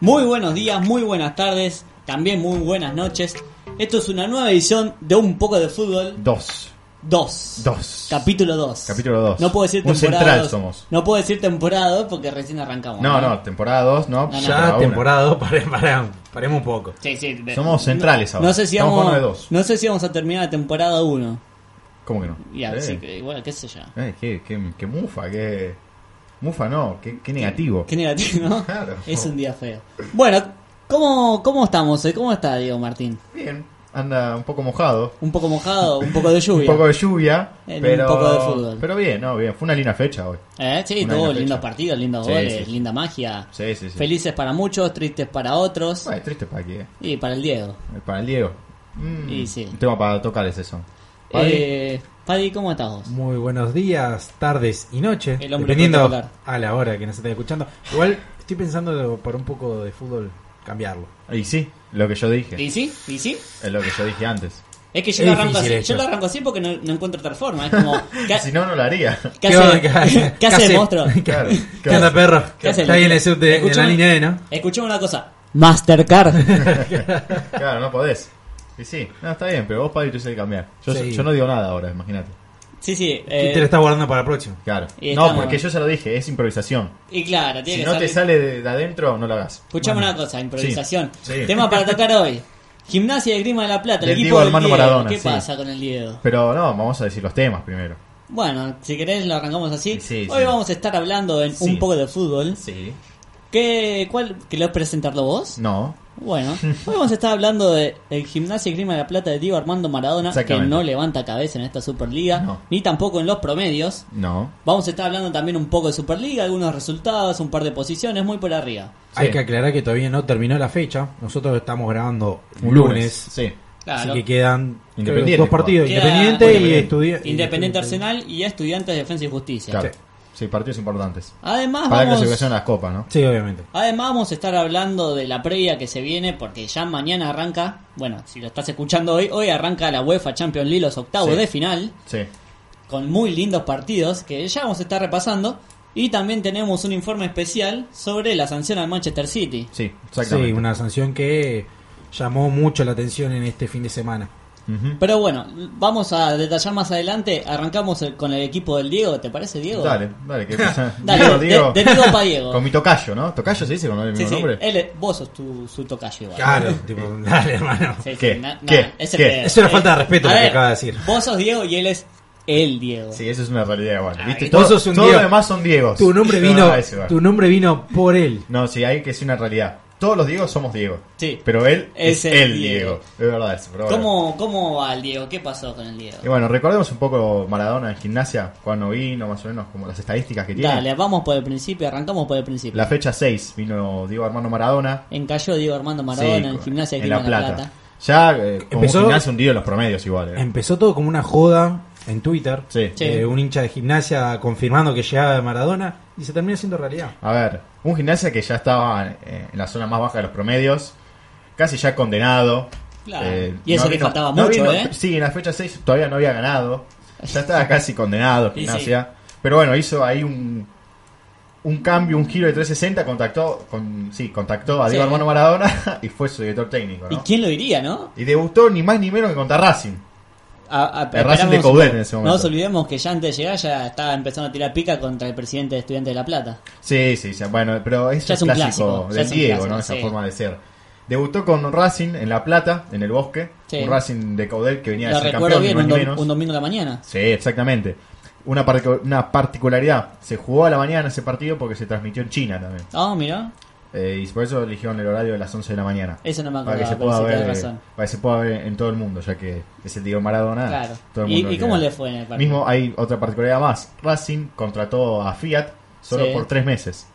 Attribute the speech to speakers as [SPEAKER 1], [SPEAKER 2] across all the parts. [SPEAKER 1] Muy buenos días, muy buenas tardes, también muy buenas noches. Esto es una nueva edición de Un poco de fútbol
[SPEAKER 2] Dos.
[SPEAKER 1] 2.
[SPEAKER 2] Dos.
[SPEAKER 1] Capítulo 2.
[SPEAKER 2] Capítulo dos.
[SPEAKER 1] No puedo decir
[SPEAKER 2] Un
[SPEAKER 1] temporada
[SPEAKER 2] central
[SPEAKER 1] 2.
[SPEAKER 2] somos.
[SPEAKER 1] No puedo decir temporada dos porque recién arrancamos.
[SPEAKER 2] No, no, temporada 2, no.
[SPEAKER 1] no.
[SPEAKER 2] temporada
[SPEAKER 3] Ya
[SPEAKER 2] una.
[SPEAKER 3] temporada 2, paremos, paremos un poco.
[SPEAKER 1] Sí, sí, de-
[SPEAKER 2] Somos centrales
[SPEAKER 1] no,
[SPEAKER 2] ahora.
[SPEAKER 1] No sé si
[SPEAKER 2] Estamos
[SPEAKER 1] vamos
[SPEAKER 2] jugando de dos.
[SPEAKER 1] No sé si vamos a terminar la temporada 1.
[SPEAKER 2] ¿Cómo que no?
[SPEAKER 1] Ya,
[SPEAKER 2] Eh,
[SPEAKER 1] sí, que- bueno, qué sé yo.
[SPEAKER 2] eh, qué, qué- qué mufa, qué. Mufa no, qué, qué negativo.
[SPEAKER 1] Qué negativo, ¿no?
[SPEAKER 2] Claro.
[SPEAKER 1] Es un día feo. Bueno, ¿cómo, cómo estamos hoy? ¿Cómo está Diego Martín?
[SPEAKER 2] Bien, anda un poco mojado.
[SPEAKER 1] Un poco mojado, un poco de lluvia.
[SPEAKER 2] Un poco de lluvia.
[SPEAKER 1] En un
[SPEAKER 2] pero,
[SPEAKER 1] poco de fútbol.
[SPEAKER 2] Pero bien, no, bien. Fue una linda fecha hoy.
[SPEAKER 1] ¿Eh? Sí,
[SPEAKER 2] Una
[SPEAKER 1] tuvo
[SPEAKER 2] linda
[SPEAKER 1] lindos
[SPEAKER 2] fecha.
[SPEAKER 1] partidos, lindos
[SPEAKER 2] Sí,
[SPEAKER 1] goles,
[SPEAKER 2] sí.
[SPEAKER 1] linda magia.
[SPEAKER 2] Sí, sí, sí.
[SPEAKER 1] Felices para muchos, tristes para otros.
[SPEAKER 2] Bueno, triste para aquí, eh.
[SPEAKER 1] Y para el Diego.
[SPEAKER 2] Para el Diego. Mm,
[SPEAKER 1] Y sí.
[SPEAKER 2] Un tema para tocar es eso. Paddy,
[SPEAKER 1] Eh, Paddy, ¿cómo estás vos?
[SPEAKER 3] Muy buenos días, tardes y noches.
[SPEAKER 1] El hombre
[SPEAKER 3] Dependiendo
[SPEAKER 1] espectacular.
[SPEAKER 3] a la hora que nos estén escuchando. Igual estoy pensando por un poco de fútbol cambiarlo.
[SPEAKER 2] Y sí, lo que yo dije.
[SPEAKER 1] ¿Y sí? ¿Y sí?
[SPEAKER 2] Es lo que yo dije antes.
[SPEAKER 1] Es que yo,
[SPEAKER 3] Es
[SPEAKER 1] lo, arranco
[SPEAKER 3] difícil
[SPEAKER 1] así,
[SPEAKER 3] esto.
[SPEAKER 1] yo lo arranco así porque no, no encuentro otra forma. Es como. ¿Qué,
[SPEAKER 2] Si no, no lo haría.
[SPEAKER 1] ¿qué
[SPEAKER 3] ¿Qué
[SPEAKER 1] hace,
[SPEAKER 3] onda? ¿Qué-
[SPEAKER 1] ¿qué
[SPEAKER 3] qué
[SPEAKER 1] hace el
[SPEAKER 3] hace?
[SPEAKER 1] monstruo?
[SPEAKER 2] Claro.
[SPEAKER 3] ¿Qué onda, perro?
[SPEAKER 1] ¿Qué hace?
[SPEAKER 3] Está ahí en el subte, en
[SPEAKER 1] Escuchame.
[SPEAKER 3] la línea E, ¿no?
[SPEAKER 1] Escuchame una cosa. Mastercard.
[SPEAKER 2] Claro, no podés. Y sí, no, está bien, pero vos, Padre, tú sabés cambiar. Yo,
[SPEAKER 3] Sí.
[SPEAKER 2] yo no digo nada ahora, imagínate.
[SPEAKER 1] Sí, sí.
[SPEAKER 3] ¿Qué
[SPEAKER 1] eh,
[SPEAKER 3] te lo estás guardando para el próximo?
[SPEAKER 2] Claro.
[SPEAKER 1] Y
[SPEAKER 2] No,
[SPEAKER 1] estamos-
[SPEAKER 2] porque yo se lo dije, es improvisación.
[SPEAKER 1] y claro, tiene
[SPEAKER 2] Si
[SPEAKER 1] que
[SPEAKER 2] no te
[SPEAKER 1] salir.
[SPEAKER 2] sale de, de adentro, no lo hagas.
[SPEAKER 1] Escuchame una cosa, improvisación.
[SPEAKER 2] Sí, sí.
[SPEAKER 1] Tema para tocar hoy. Gimnasia de Grima de la Plata, el
[SPEAKER 2] Del
[SPEAKER 1] equipo
[SPEAKER 2] Diego
[SPEAKER 1] del
[SPEAKER 2] Armando
[SPEAKER 1] Diego.
[SPEAKER 2] Maradona,
[SPEAKER 1] ¿Qué
[SPEAKER 2] sí.
[SPEAKER 1] pasa con el Diego?
[SPEAKER 2] Pero no, vamos a decir los temas primero.
[SPEAKER 1] Bueno, si querés lo arrancamos así.
[SPEAKER 2] Sí,
[SPEAKER 1] hoy
[SPEAKER 2] sí.
[SPEAKER 1] vamos a estar hablando en
[SPEAKER 2] Sí.
[SPEAKER 1] un poco de fútbol.
[SPEAKER 2] Sí.
[SPEAKER 1] ¿Qué, cuál, ¿Querés presentarlo vos?
[SPEAKER 2] No.
[SPEAKER 1] Bueno, hoy vamos a estar hablando de el Gimnasia y Grima de la Plata de Diego Armando Maradona, que
[SPEAKER 2] Exactamente.
[SPEAKER 1] no levanta cabeza en esta Superliga,
[SPEAKER 2] No.
[SPEAKER 1] ni tampoco en los promedios.
[SPEAKER 2] No.
[SPEAKER 1] Vamos a estar hablando también un poco de Superliga, algunos resultados, un par de posiciones, muy por arriba.
[SPEAKER 3] Hay
[SPEAKER 2] Sí.
[SPEAKER 3] que aclarar que todavía no terminó la fecha. Nosotros estamos grabando
[SPEAKER 2] Un
[SPEAKER 3] un
[SPEAKER 2] lunes.
[SPEAKER 3] lunes.
[SPEAKER 2] Sí.
[SPEAKER 1] Claro.
[SPEAKER 3] Así que quedan creo,
[SPEAKER 2] Independiente,
[SPEAKER 3] dos partidos.
[SPEAKER 1] Queda-
[SPEAKER 3] Independiente y estudiante.
[SPEAKER 1] Independiente Arsenal y Estudiantes de Defensa y Justicia.
[SPEAKER 2] Claro. Sí. partidos importantes.
[SPEAKER 1] Además,
[SPEAKER 2] Para la
[SPEAKER 1] Ah, vamos,
[SPEAKER 2] clasificación a las copas, ¿no?
[SPEAKER 3] Sí, obviamente.
[SPEAKER 1] además Ah, Em, vamos a estar hablando de la previa que se viene, porque ya mañana arranca, bueno, si lo estás escuchando hoy, hoy arranca la UEFA Champions League, los octavos
[SPEAKER 2] Sí.
[SPEAKER 1] de final.
[SPEAKER 2] Sí.
[SPEAKER 1] con muy lindos partidos que ya vamos a estar repasando. Y también tenemos un informe especial sobre la sanción al Manchester City.
[SPEAKER 2] Sí,
[SPEAKER 3] Sí,
[SPEAKER 2] exactamente.
[SPEAKER 3] una sanción que llamó mucho la atención en este fin de semana.
[SPEAKER 2] Ujú.
[SPEAKER 1] Pero bueno, vamos a detallar más adelante. Arrancamos el- con el equipo del Diego, ¿te parece, Diego?
[SPEAKER 2] Dale, dale, que
[SPEAKER 1] Dale, de- de Diego pa' Diego.
[SPEAKER 2] Con mi tocayo, ¿no? ¿Tocayo se dice con el mismo
[SPEAKER 1] Sí, sí,
[SPEAKER 2] nombre? Ah,
[SPEAKER 1] él es- vos sos tu, su tocayo igual.
[SPEAKER 3] Claro, tipo, dale, hermano.
[SPEAKER 1] Sí, sí,
[SPEAKER 2] ¿Qué?
[SPEAKER 1] na- na-
[SPEAKER 2] ¿Qué?
[SPEAKER 1] es el
[SPEAKER 2] ¿Qué?
[SPEAKER 1] pedo.
[SPEAKER 3] Es una
[SPEAKER 1] Eh,
[SPEAKER 3] falta de respeto
[SPEAKER 1] a
[SPEAKER 3] lo que
[SPEAKER 1] ver,
[SPEAKER 3] acaba de decir.
[SPEAKER 1] Vos sos Diego y él es el Diego.
[SPEAKER 2] Sí, eso es una realidad igual. ¿Viste?
[SPEAKER 1] Ay,
[SPEAKER 2] Todo,
[SPEAKER 3] vos sos un
[SPEAKER 2] todo
[SPEAKER 3] Diego.
[SPEAKER 2] lo demás son Diegos.
[SPEAKER 3] Tu nombre
[SPEAKER 2] No,
[SPEAKER 3] vino,
[SPEAKER 2] no, ese va.
[SPEAKER 3] tu nombre vino por él.
[SPEAKER 2] No, sí, hay que decir una realidad. Todos los Diegos somos Diego.
[SPEAKER 1] Sí.
[SPEAKER 2] Pero él
[SPEAKER 1] Es
[SPEAKER 2] es,
[SPEAKER 1] el
[SPEAKER 2] el
[SPEAKER 1] Diego.
[SPEAKER 2] Diego. Es verdad eso. Pero bueno.
[SPEAKER 1] ¿Cómo, ¿Cómo va el Diego? ¿Qué pasó con el Diego?
[SPEAKER 2] Y bueno, recordemos un poco Maradona en gimnasia, cuando vino, más o menos, como las estadísticas que tiene.
[SPEAKER 1] Dale, vamos por el principio, arrancamos por el principio.
[SPEAKER 2] La fecha 6 vino Diego Armando Maradona.
[SPEAKER 1] Encalló Diego Armando Maradona
[SPEAKER 2] Sí,
[SPEAKER 1] en
[SPEAKER 2] con-
[SPEAKER 1] gimnasia de
[SPEAKER 2] en la
[SPEAKER 1] Grima de
[SPEAKER 2] plata. Ya eh, como
[SPEAKER 3] Empezó-
[SPEAKER 2] gimnasia hundido en los promedios igual. eh.
[SPEAKER 3] Empezó todo como una joda en Twitter.
[SPEAKER 2] Sí.
[SPEAKER 1] Sí.
[SPEAKER 3] de un hincha de gimnasia confirmando que llegaba de Maradona y se termina siendo realidad.
[SPEAKER 2] A ver, un gimnasia que ya estaba eh, en la zona más baja de los promedios, casi ya condenado. Eh,
[SPEAKER 1] Claro. Y eso que faltaba mucho, ¿eh?
[SPEAKER 2] Sí, en la fecha 6 todavía no había ganado. Ya estaba casi condenado
[SPEAKER 1] Y
[SPEAKER 2] gimnasia. Pero bueno, hizo ahí un, un cambio, un giro de 360, contactó, con, sí, contactó a Diego
[SPEAKER 1] Sí.
[SPEAKER 2] Armando Maradona y fue su director técnico,
[SPEAKER 1] ¿Y
[SPEAKER 2] ¿no?
[SPEAKER 1] quién lo diría, no?
[SPEAKER 2] Y debutó ni más ni menos que contra Racing.
[SPEAKER 1] A- a-
[SPEAKER 2] El
[SPEAKER 1] esperamos-
[SPEAKER 2] Racing de Coudet en ese
[SPEAKER 1] No
[SPEAKER 2] momento.
[SPEAKER 1] nos olvidemos que ya antes de llegar ya estaba empezando a tirar pica contra el presidente de Estudiantes de La Plata.
[SPEAKER 2] Sí, sí, sí, bueno, pero es,
[SPEAKER 1] Ya es
[SPEAKER 2] un
[SPEAKER 1] un
[SPEAKER 2] clásico,
[SPEAKER 1] clásico, ya
[SPEAKER 2] del
[SPEAKER 1] es un
[SPEAKER 2] Diego,
[SPEAKER 1] clásico,
[SPEAKER 2] ¿no? Esa
[SPEAKER 1] sí.
[SPEAKER 2] forma de ser. Debutó con Racing en La Plata, en el bosque.
[SPEAKER 1] Sí.
[SPEAKER 2] Un Racing de Caudel que venía
[SPEAKER 1] Lo
[SPEAKER 2] de ser
[SPEAKER 1] recuerdo
[SPEAKER 2] campeón, ni
[SPEAKER 1] bien,
[SPEAKER 2] más
[SPEAKER 1] un,
[SPEAKER 2] ni
[SPEAKER 1] dom-
[SPEAKER 2] menos.
[SPEAKER 1] un domingo de la mañana.
[SPEAKER 2] Sí, exactamente. Una, par- una particularidad, se jugó a la mañana ese partido porque se transmitió en China también.
[SPEAKER 1] Ah, mira.
[SPEAKER 2] Eh, y por eso eligieron el horario de las 11 de la mañana.
[SPEAKER 1] Eso no me
[SPEAKER 2] Para que,
[SPEAKER 1] acordaba,
[SPEAKER 2] se
[SPEAKER 1] pero
[SPEAKER 2] pueda
[SPEAKER 1] sí, tenés
[SPEAKER 2] ver,
[SPEAKER 1] razón.
[SPEAKER 2] para que se pueda ver en todo el mundo, ya que es el Diego Maradona.
[SPEAKER 1] Claro.
[SPEAKER 2] todo el
[SPEAKER 1] ¿Y,
[SPEAKER 2] mundo
[SPEAKER 1] y
[SPEAKER 2] lo
[SPEAKER 1] cómo
[SPEAKER 2] quiere
[SPEAKER 1] le
[SPEAKER 2] ver.
[SPEAKER 1] fue en el partido?
[SPEAKER 2] Mismo hay otra particularidad más. Racing contrató a Fiat solo
[SPEAKER 1] Sí.
[SPEAKER 2] por tres meses.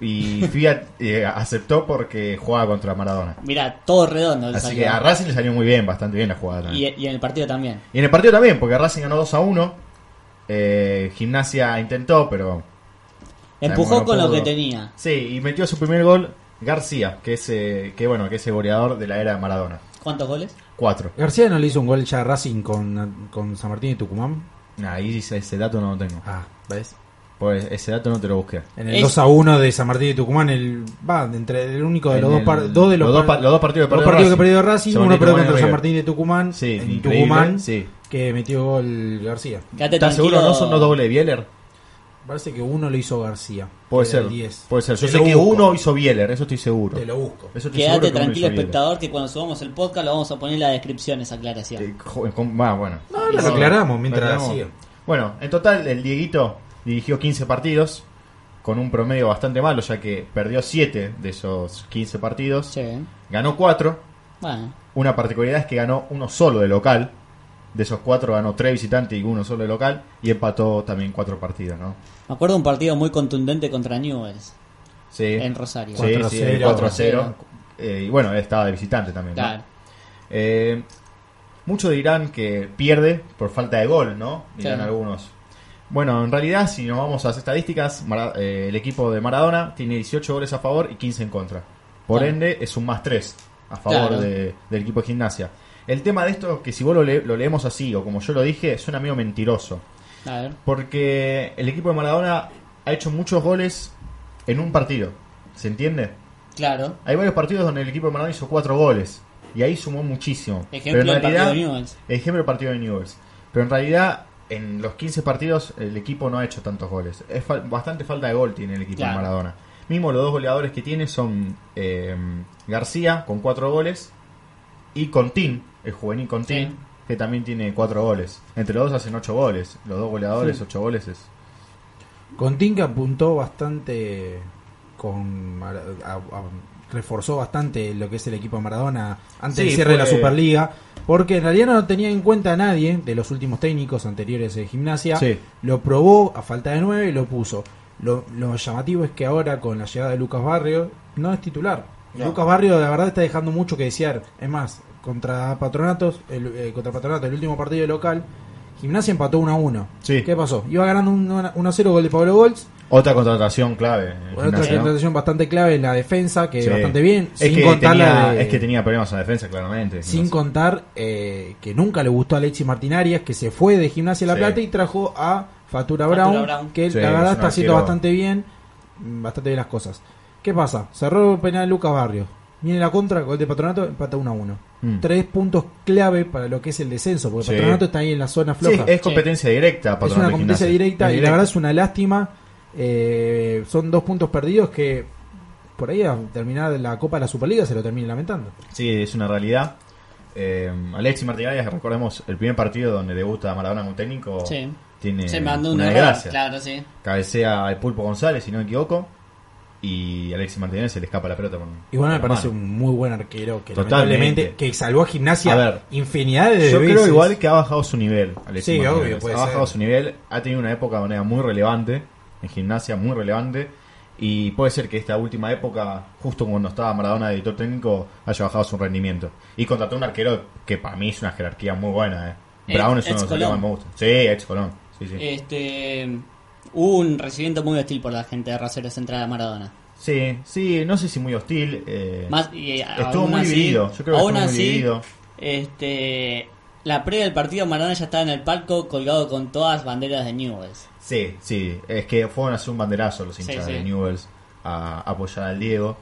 [SPEAKER 2] Y Fiat eh, aceptó porque jugaba contra Maradona.
[SPEAKER 1] Mirá, todo redondo. le
[SPEAKER 2] Así
[SPEAKER 1] salió.
[SPEAKER 2] que a Racing le salió muy bien, bastante bien la jugada.
[SPEAKER 1] y,
[SPEAKER 2] también.
[SPEAKER 1] y en el partido también.
[SPEAKER 2] Y en el partido también, porque Racing ganó 2 a 1. Eh, gimnasia intentó, pero
[SPEAKER 1] Empujó
[SPEAKER 2] bueno,
[SPEAKER 1] con lo
[SPEAKER 2] pudo-
[SPEAKER 1] que tenía.
[SPEAKER 2] sí, y metió su primer gol García, que es eh, que bueno, que es el goleador de la era de Maradona.
[SPEAKER 1] ¿Cuántos goles?
[SPEAKER 2] 4.
[SPEAKER 3] García no le hizo un gol ya a Racing con, con San Martín y Tucumán.
[SPEAKER 2] Ahí ese, ese dato no lo tengo.
[SPEAKER 3] Ah, ¿ves?
[SPEAKER 2] Pues ese dato no te lo busqué.
[SPEAKER 3] En el
[SPEAKER 1] Es-
[SPEAKER 3] 2 a 1 de San Martín y Tucumán, el va entre el único de los
[SPEAKER 2] En
[SPEAKER 3] dos,
[SPEAKER 2] el-
[SPEAKER 3] par- dos de los,
[SPEAKER 2] dos,
[SPEAKER 3] par-
[SPEAKER 2] pa- los dos partidos que
[SPEAKER 3] dos
[SPEAKER 2] perdió
[SPEAKER 3] partidos que
[SPEAKER 2] Racing.
[SPEAKER 3] perdió Racing,
[SPEAKER 2] San
[SPEAKER 3] uno
[SPEAKER 2] Martín
[SPEAKER 3] perdió
[SPEAKER 2] Tucumán y
[SPEAKER 3] contra San
[SPEAKER 2] River.
[SPEAKER 3] Martín de Tucumán,
[SPEAKER 2] Sí,
[SPEAKER 3] en
[SPEAKER 2] increíble,
[SPEAKER 3] Tucumán,
[SPEAKER 2] sí.
[SPEAKER 3] que metió gol García.
[SPEAKER 1] Quédate
[SPEAKER 2] ¿Estás
[SPEAKER 1] tranquilo.
[SPEAKER 2] seguro no son los doble de Bieler?
[SPEAKER 3] Parece que uno lo hizo García.
[SPEAKER 2] Puede
[SPEAKER 3] Era
[SPEAKER 2] ser.
[SPEAKER 3] el 10.
[SPEAKER 2] Puede ser. Yo
[SPEAKER 3] Te
[SPEAKER 2] sé
[SPEAKER 3] lo
[SPEAKER 2] que
[SPEAKER 3] busco.
[SPEAKER 2] uno hizo Bieler, eso estoy seguro.
[SPEAKER 3] Te lo busco.
[SPEAKER 2] Eso estoy
[SPEAKER 1] Quédate
[SPEAKER 2] seguro que uno
[SPEAKER 1] tranquilo,
[SPEAKER 2] hizo Bieler.
[SPEAKER 1] espectador, que cuando subamos el podcast lo vamos a poner en la descripción esa aclaración.
[SPEAKER 2] Eh, jo- con- va, bueno.
[SPEAKER 3] No, lo aclaramos mientras
[SPEAKER 2] Lo Ah, aclaramos.
[SPEAKER 3] sigue.
[SPEAKER 2] Bueno, en total el Dieguito dirigió 15 partidos con un promedio bastante malo, ya que perdió 7 de esos 15 partidos,
[SPEAKER 1] Sí. ¿eh?
[SPEAKER 2] ganó 4,
[SPEAKER 1] Bueno,
[SPEAKER 2] una particularidad es que ganó uno solo de local. De esos cuatro ganó tres visitantes y uno solo de local. Y empató también cuatro partidos, ¿no?
[SPEAKER 1] me acuerdo de un partido muy contundente contra Newells
[SPEAKER 2] Sí.
[SPEAKER 1] en Rosario.
[SPEAKER 2] Sí,
[SPEAKER 3] 4-0.
[SPEAKER 2] sí, el 4-0. Eh, y bueno, estaba de visitante también. ¿no?
[SPEAKER 1] Claro.
[SPEAKER 2] Eh, muchos dirán que pierde por falta de gol, ¿no? Dirán
[SPEAKER 1] Sí.
[SPEAKER 2] algunos. Bueno, en realidad, si nos vamos a las estadísticas, Mara- eh, el equipo de Maradona tiene 18 goles a favor y 15 en contra. Por
[SPEAKER 1] Claro.
[SPEAKER 2] ende, es un más 3 a favor
[SPEAKER 1] Claro.
[SPEAKER 2] de- del equipo de gimnasia. El tema de esto es que si vos lo, le- lo leemos así, o como yo lo dije, suena medio mentiroso.
[SPEAKER 1] A ver.
[SPEAKER 2] Porque el equipo de Maradona ha hecho muchos goles en un partido. ¿Se entiende?
[SPEAKER 1] Claro.
[SPEAKER 2] Hay varios partidos donde el equipo de Maradona hizo cuatro goles. Y ahí sumó muchísimo.
[SPEAKER 1] Ejemplo
[SPEAKER 2] Pero en
[SPEAKER 1] del partido
[SPEAKER 2] realidad,
[SPEAKER 1] de Newells.
[SPEAKER 2] ejemplo del partido de Newells. Pero en realidad, en los 15 partidos, el equipo no ha hecho tantos goles. Es fal- bastante falta de gol tiene el equipo
[SPEAKER 1] Claro.
[SPEAKER 2] de Maradona. Mismo los dos goleadores que tiene son eh, García con cuatro goles y Contín, el juvenil Contín,
[SPEAKER 1] Sí.
[SPEAKER 2] que también tiene cuatro goles. Entre los dos hacen ocho goles. Los dos goleadores, ocho goles es
[SPEAKER 3] Contín que apuntó bastante con Mara- a- a- reforzó bastante lo que es el equipo de Maradona antes
[SPEAKER 2] Sí,
[SPEAKER 3] del cierre de la
[SPEAKER 2] fue-
[SPEAKER 3] Superliga, porque en realidad no tenía en cuenta a nadie de los últimos técnicos anteriores de gimnasia,
[SPEAKER 2] Sí.
[SPEAKER 3] lo probó a falta de nueve y lo puso. Lo, lo llamativo es que ahora con la llegada de Lucas Barrio no es titular.
[SPEAKER 2] No.
[SPEAKER 3] Lucas Barrio la verdad está dejando mucho que desear. Es más, contra Patronatos, el, eh, contra Patronato, el último partido local, Gimnasia empató 1 a 1.
[SPEAKER 2] Sí.
[SPEAKER 3] ¿Qué pasó? Iba ganando un 1 a 0 gol de Pablo Golds.
[SPEAKER 2] Otra contratación clave. en
[SPEAKER 3] Otra
[SPEAKER 2] gimnasia, ¿no?
[SPEAKER 3] contratación bastante clave en la defensa, que
[SPEAKER 2] Sí.
[SPEAKER 3] bastante bien.
[SPEAKER 2] Es,
[SPEAKER 3] sin
[SPEAKER 2] que
[SPEAKER 3] contar la
[SPEAKER 2] tenía,
[SPEAKER 3] de-
[SPEAKER 2] es que tenía problemas en la defensa, claramente.
[SPEAKER 3] Sin contar eh, que nunca le gustó a Alexis Martinarias, que se fue de Gimnasia La
[SPEAKER 2] Sí.
[SPEAKER 3] Plata y trajo a Fatura,
[SPEAKER 1] Fatura
[SPEAKER 3] Brown,
[SPEAKER 1] Brown.
[SPEAKER 3] que
[SPEAKER 2] Sí,
[SPEAKER 3] la
[SPEAKER 2] es un
[SPEAKER 3] verdad está haciendo
[SPEAKER 2] arquero.
[SPEAKER 3] bastante bien, mm, bastante bien las cosas. ¿Qué pasa? Cerró el penal Lucas Barrios. Viene la contra, gol de Patronato, empata 1 a 1.
[SPEAKER 2] Mm.
[SPEAKER 3] Tres puntos clave para lo que es el descenso, porque
[SPEAKER 2] Sí.
[SPEAKER 3] Patronato está ahí en la zona
[SPEAKER 2] Sí,
[SPEAKER 3] floja.
[SPEAKER 2] es competencia directa.
[SPEAKER 3] Es una competencia directa y la verdad es una lástima. Eh, son dos puntos perdidos que por ahí a terminar la Copa de la Superliga se lo termine lamentando.
[SPEAKER 2] Sí, es una realidad. Eh, Alexis Martínez, recordemos, el primer partido donde debuta Maradona como técnico,
[SPEAKER 1] Sí.
[SPEAKER 2] tiene
[SPEAKER 1] Se mandó
[SPEAKER 2] Eh, una
[SPEAKER 1] una
[SPEAKER 2] desgracia.
[SPEAKER 1] Claro, sí.
[SPEAKER 2] Cabecea el Pulpo González, si no me equivoco, y Alexis Martínez se le escapa la pelota. con-
[SPEAKER 3] Igual me
[SPEAKER 2] con la
[SPEAKER 3] parece
[SPEAKER 2] mano.
[SPEAKER 3] un muy buen arquero que
[SPEAKER 2] Totalmente.
[SPEAKER 3] lamentablemente que salvó a gimnasia
[SPEAKER 2] A ver,
[SPEAKER 3] infinidades de
[SPEAKER 2] Yo
[SPEAKER 3] veces.
[SPEAKER 2] creo igual que ha bajado su nivel. Alexis
[SPEAKER 3] Sí,
[SPEAKER 2] Martínez.
[SPEAKER 3] obvio, puede
[SPEAKER 2] Ha bajado
[SPEAKER 3] ser.
[SPEAKER 2] su nivel, ha tenido una época donde era muy relevante, en gimnasia muy relevante, y puede ser que esta última época, justo cuando estaba Maradona de editor técnico, haya bajado su rendimiento. Y contrató un arquero que para mí es una jerarquía muy buena. Eh.
[SPEAKER 1] Eh,
[SPEAKER 2] Brown es uno
[SPEAKER 1] ex
[SPEAKER 2] de los que más
[SPEAKER 1] Colón.
[SPEAKER 2] me gusta. Sí, ex Colón. Sí, sí.
[SPEAKER 1] Este, hubo un recibimiento muy hostil por la gente de Racero Central de Maradona.
[SPEAKER 2] sí, sí, no sé si muy hostil. eh,
[SPEAKER 1] Más, y, eh,
[SPEAKER 2] estuvo
[SPEAKER 1] aún
[SPEAKER 2] muy
[SPEAKER 1] así-
[SPEAKER 2] dividido. Yo creo que
[SPEAKER 1] aún
[SPEAKER 2] estuvo muy
[SPEAKER 1] así,
[SPEAKER 2] dividido.
[SPEAKER 1] Este, la previa del partido Maradona ya estaba en el palco colgado con todas banderas de Newells.
[SPEAKER 2] Sí, sí, es que fueron a hacer un banderazo los
[SPEAKER 1] Sí,
[SPEAKER 2] hinchas
[SPEAKER 1] sí.
[SPEAKER 2] de Newells a apoyar al Diego.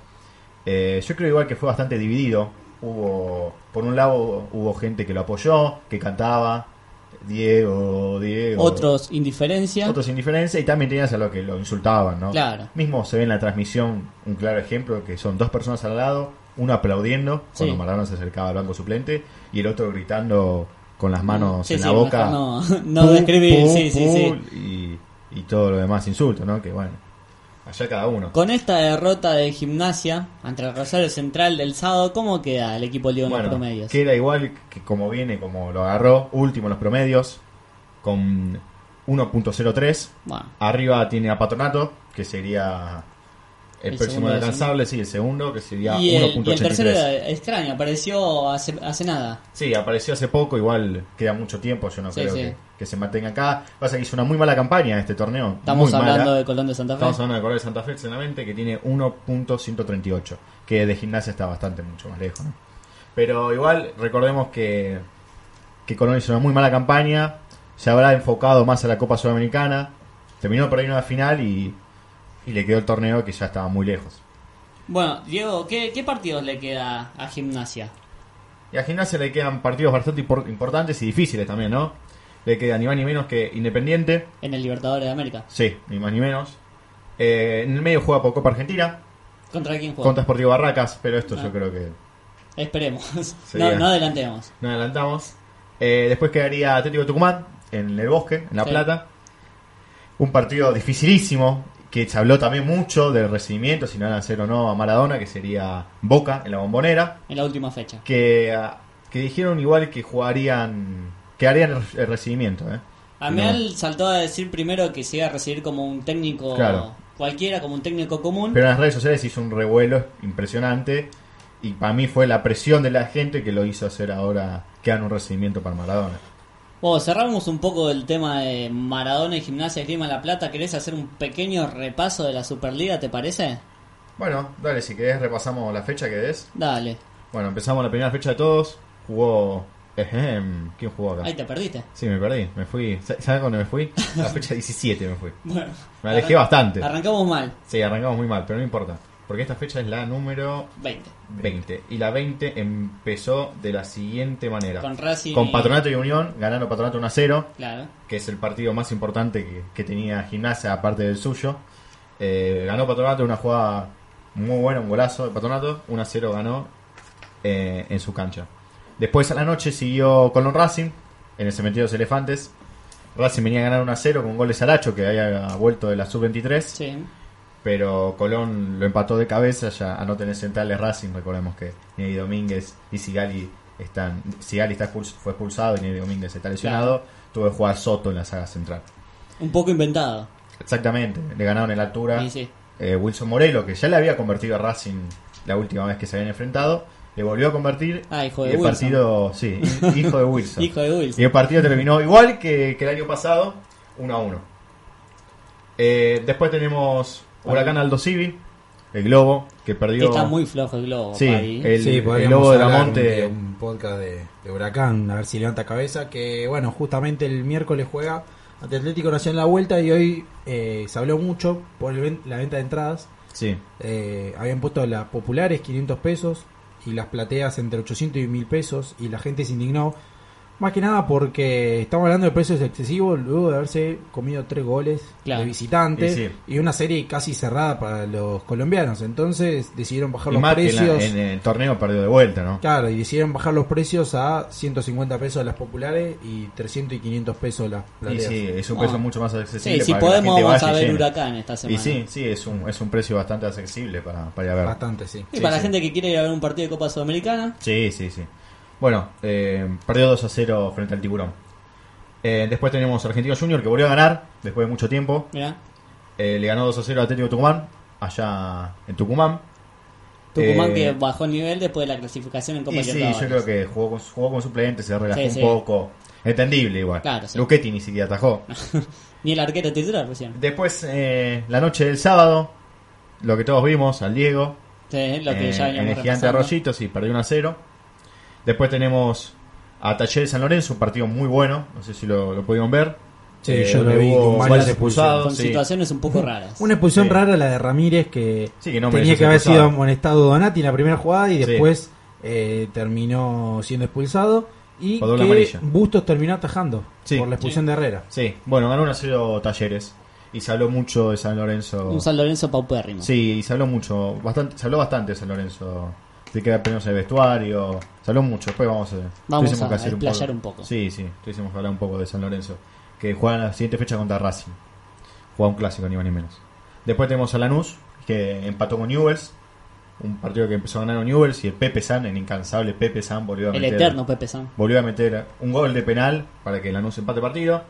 [SPEAKER 2] Eh, yo creo igual que fue bastante dividido. Hubo, por un lado, hubo gente que lo apoyó, que cantaba, Diego, Diego.
[SPEAKER 1] Otros indiferencia.
[SPEAKER 2] Otros indiferencia y también tenías a los que lo insultaban, ¿no?
[SPEAKER 1] Claro.
[SPEAKER 2] Mismo se ve en la transmisión un claro ejemplo que son dos personas al lado, uno aplaudiendo cuando
[SPEAKER 1] Sí.
[SPEAKER 2] Maradona se acercaba al banco suplente y el otro gritando con las manos
[SPEAKER 1] Sí,
[SPEAKER 2] en
[SPEAKER 1] sí,
[SPEAKER 2] la
[SPEAKER 1] mejor
[SPEAKER 2] boca
[SPEAKER 1] No, no
[SPEAKER 2] pum,
[SPEAKER 1] describir,
[SPEAKER 2] pum,
[SPEAKER 1] sí, sí, sí.
[SPEAKER 2] pum, Y, y todo lo demás insulto, ¿no? Que bueno. Allá cada uno.
[SPEAKER 1] Con esta derrota de gimnasia ante el Rosario Central del sábado, ¿cómo queda el equipo León en los
[SPEAKER 2] Bueno,
[SPEAKER 1] promedios?
[SPEAKER 2] queda igual que como viene, como lo agarró, último en los promedios, con 1.03.
[SPEAKER 1] Bueno,
[SPEAKER 2] Arriba tiene a Patronato, que sería el,
[SPEAKER 1] El
[SPEAKER 2] próximo
[SPEAKER 1] segundo de
[SPEAKER 2] alcanzable, sí, el segundo, que sería
[SPEAKER 1] y, el, y el tercero
[SPEAKER 2] 1.83.
[SPEAKER 1] era extraño, apareció hace, hace nada.
[SPEAKER 2] Sí, apareció hace poco, igual queda mucho tiempo, yo no
[SPEAKER 1] Sí,
[SPEAKER 2] creo
[SPEAKER 1] sí.
[SPEAKER 2] Que, que se mantenga acá. Pasa que hizo una muy mala campaña este torneo.
[SPEAKER 1] Estamos
[SPEAKER 2] muy
[SPEAKER 1] hablando
[SPEAKER 2] mala.
[SPEAKER 1] de Colón de Santa Fe.
[SPEAKER 2] Estamos hablando de Correa de Santa Fe, excelente, que tiene 1.138, que de gimnasia está bastante mucho más lejos. ¿no? Pero igual recordemos que, que Colón hizo una muy mala campaña, se habrá enfocado más a la Copa Sudamericana, terminó perdiendo la final y, y le quedó el torneo que ya estaba muy lejos.
[SPEAKER 1] Bueno, Diego, ¿qué, qué partidos le queda a gimnasia?
[SPEAKER 2] Y a Gimnasia le quedan partidos bastante impor- importantes y difíciles también, ¿no? Le queda ni más ni menos que Independiente,
[SPEAKER 1] En el Libertadores de América.
[SPEAKER 2] sí, ni más ni menos. Eh, en el medio juega por Copa Argentina,
[SPEAKER 1] ¿Contra quién juega?
[SPEAKER 2] contra Sportivo Barracas, pero esto
[SPEAKER 1] Ah.
[SPEAKER 2] yo creo que
[SPEAKER 1] Esperemos.
[SPEAKER 2] Sería-
[SPEAKER 1] No, no adelantemos.
[SPEAKER 2] Nos adelantamos. Eh, después quedaría Atlético Tucumán en el bosque, en La
[SPEAKER 1] Sí.
[SPEAKER 2] Plata. Un partido dificilísimo, que se habló también mucho del recibimiento, si no van a hacer o no a Maradona, que sería Boca en la bombonera,
[SPEAKER 1] En la última fecha.
[SPEAKER 2] que, ah, que dijeron igual que jugarían, que harían el, el recibimiento. ¿eh?
[SPEAKER 1] Amial saltó a decir primero que se iba a recibir como un técnico
[SPEAKER 2] Claro.
[SPEAKER 1] cualquiera, como un técnico común.
[SPEAKER 2] Pero en las redes sociales hizo un revuelo impresionante y para mí fue la presión de la gente que lo hizo hacer ahora que hagan un recibimiento para Maradona.
[SPEAKER 1] Bueno, Oh, cerramos un poco el tema de Maradona y Gimnasia de Clima La Plata. ¿Querés hacer un pequeño repaso de la Superliga, te parece?
[SPEAKER 2] Bueno, dale, si querés repasamos la fecha que es.
[SPEAKER 1] Dale,
[SPEAKER 2] Bueno, empezamos la primera fecha de todos. Jugó. Ejem, ¿Quién jugó acá?
[SPEAKER 1] ahí te perdiste.
[SPEAKER 2] Sí, me perdí. Me fui. ¿Sa- ¿Sabes cuándo me fui? La fecha 17 me fui.
[SPEAKER 1] Bueno,
[SPEAKER 2] Me alejé bastante.
[SPEAKER 1] arrancamos mal.
[SPEAKER 2] Sí, arrancamos muy mal, pero no importa. Porque esta fecha es la número
[SPEAKER 1] 20.
[SPEAKER 2] 20. Y la 20 empezó de la siguiente manera:
[SPEAKER 1] Con Racing.
[SPEAKER 2] Con Patronato y Unión, ganando Patronato 1 a 0,
[SPEAKER 1] Claro.
[SPEAKER 2] que es el partido más importante que, que tenía Gimnasia, aparte del suyo. Eh, ganó Patronato una jugada muy buena, un golazo de Patronato. 1 a 0 ganó eh, en su cancha. Después a la noche siguió Colón Racing en el cementerio de los elefantes. Racing venía a ganar 1 a 0 con goles a Lacho, que había vuelto de la sub-23.
[SPEAKER 1] Sí.
[SPEAKER 2] Pero Colón lo empató de cabeza. Ya a no tener centrales Racing, recordemos que Neri Domínguez y Sigali están. Sigali está expuls- fue expulsado y Neri Domínguez está lesionado. Tuvo que jugar Soto en la saga central.
[SPEAKER 1] Un poco inventado.
[SPEAKER 2] Exactamente, le ganaron en la altura.
[SPEAKER 1] Sí, sí.
[SPEAKER 2] Eh, Wilson Morelo, que ya le había convertido a Racing la última vez que se habían enfrentado, le volvió a convertir.
[SPEAKER 1] Ah, hijo de
[SPEAKER 2] y el
[SPEAKER 1] Wilson.
[SPEAKER 2] partido, sí, hi- hijo de Wilson.
[SPEAKER 1] Hijo de Wilson.
[SPEAKER 2] Y el partido terminó igual que, que el año pasado, 1 a 1. Eh, después tenemos Huracán Aldo Civi, el Globo, que perdió.
[SPEAKER 1] Que está muy flojo el globo.
[SPEAKER 2] sí,
[SPEAKER 1] Paddy.
[SPEAKER 2] el,
[SPEAKER 3] sí,
[SPEAKER 2] el
[SPEAKER 3] podríamos
[SPEAKER 2] Globo de la
[SPEAKER 3] hablar
[SPEAKER 2] Monte.
[SPEAKER 3] de un podcast de, de Huracán, a ver si levanta cabeza. Que bueno, justamente el miércoles juega ante Atlético Nacional la vuelta y hoy eh, se habló mucho por el ven- la venta de entradas.
[SPEAKER 2] Sí,
[SPEAKER 3] Eh, habían puesto las populares 500 pesos y las plateas entre 800 y 1000 pesos y la gente se indignó. Más que nada porque estamos hablando de precios excesivos luego de haberse comido tres goles
[SPEAKER 1] Claro.
[SPEAKER 3] de visitante
[SPEAKER 2] Y sí.
[SPEAKER 3] y una serie casi cerrada para los colombianos. Entonces decidieron bajar
[SPEAKER 2] y
[SPEAKER 3] los
[SPEAKER 2] más que en la-
[SPEAKER 3] precios.
[SPEAKER 2] en el torneo perdió de vuelta, ¿no?
[SPEAKER 3] Claro, y decidieron bajar los precios a 150 pesos las populares y 300 y 500 pesos las
[SPEAKER 2] Y
[SPEAKER 3] plateas.
[SPEAKER 2] sí, es un precio
[SPEAKER 1] Ah.
[SPEAKER 2] mucho más
[SPEAKER 1] Sí,
[SPEAKER 2] accesible.
[SPEAKER 1] si
[SPEAKER 2] para que la
[SPEAKER 1] podemos
[SPEAKER 2] gente
[SPEAKER 1] vamos
[SPEAKER 2] vaya
[SPEAKER 1] a ver
[SPEAKER 2] llena.
[SPEAKER 1] Huracán esta semana.
[SPEAKER 2] Y sí, sí, es un, es un precio bastante accesible para, para ir a ver.
[SPEAKER 3] Bastante, sí.
[SPEAKER 1] Y
[SPEAKER 2] Sí,
[SPEAKER 1] para la
[SPEAKER 2] sí.
[SPEAKER 1] gente que quiere ir a ver un partido de Copa Sudamericana,
[SPEAKER 2] Sí, sí, sí. Bueno, eh, perdió 2 a 0 frente al Tiburón. Eh, después tenemos Argentino Junior que volvió a ganar después de mucho tiempo.
[SPEAKER 1] mirá,
[SPEAKER 2] Eh, le ganó 2 a 0 a Atlético Tucumán, allá en Tucumán.
[SPEAKER 1] Tucumán
[SPEAKER 2] Eh,
[SPEAKER 1] que bajó el nivel después de la clasificación en Copa
[SPEAKER 2] Y sí,
[SPEAKER 1] Libertadores.
[SPEAKER 2] yo creo que jugó con, jugó con suplente, se relajó
[SPEAKER 1] Sí,
[SPEAKER 2] un
[SPEAKER 1] sí.
[SPEAKER 2] poco. Entendible igual.
[SPEAKER 1] Claro, sí.
[SPEAKER 2] Luchetti ni siquiera atajó.
[SPEAKER 1] Ni el arquero titular recién.
[SPEAKER 2] Después, eh, la noche del sábado, lo que todos vimos, al Diego,
[SPEAKER 1] Sí, lo que
[SPEAKER 2] Eh,
[SPEAKER 1] ya
[SPEAKER 2] en
[SPEAKER 1] veníamos
[SPEAKER 2] el gigante
[SPEAKER 1] repasando.
[SPEAKER 2] Arroyito, sí, perdió 1 a 0. Después tenemos a Talleres San Lorenzo, un partido muy bueno, no sé si lo, lo pudieron ver. Eh,
[SPEAKER 3] Sí, yo lo
[SPEAKER 2] donde
[SPEAKER 3] vi con
[SPEAKER 2] hubo
[SPEAKER 3] varias
[SPEAKER 2] varios
[SPEAKER 3] expulsiones.
[SPEAKER 1] Con
[SPEAKER 2] expulsados, sí.
[SPEAKER 1] situaciones un poco raras.
[SPEAKER 3] Una expulsión
[SPEAKER 2] Sí.
[SPEAKER 3] rara la de Ramírez que,
[SPEAKER 2] Sí, que no
[SPEAKER 3] tenía
[SPEAKER 2] mereció
[SPEAKER 3] que
[SPEAKER 2] ser
[SPEAKER 3] haber sido
[SPEAKER 2] expulsado.
[SPEAKER 3] amonestado Donati en la primera jugada y
[SPEAKER 2] Sí.
[SPEAKER 3] después eh, terminó siendo expulsado y
[SPEAKER 2] Por doble
[SPEAKER 3] que
[SPEAKER 2] amarilla.
[SPEAKER 3] Bustos terminó atajando
[SPEAKER 2] Sí.
[SPEAKER 3] por la expulsión de Herrera.
[SPEAKER 2] Sí, bueno, ganó 1 a 0 Talleres y se habló mucho de San Lorenzo.
[SPEAKER 1] Un San Lorenzo paupérrimo.
[SPEAKER 2] Sí, y se habló mucho, bastante, se habló bastante de San Lorenzo. De que peleamos en el vestuario, se habló mucho. Después vamos a,
[SPEAKER 1] Vamos
[SPEAKER 2] tuviésemos
[SPEAKER 1] a explayar un poco.
[SPEAKER 2] Sí, sí, tuviésemos que hablar un poco de San Lorenzo. Que juegan la siguiente fecha contra Racing. Juega un clásico, ni más ni menos. Después tenemos a Lanús, que empató con Newells. Un partido que empezó a ganar con Newells y el Pepe San, el incansable Pepe San, volvió a
[SPEAKER 1] El
[SPEAKER 2] meter.
[SPEAKER 1] eterno Pepe San.
[SPEAKER 2] Volvió a meter un gol de penal para que Lanús empate partido.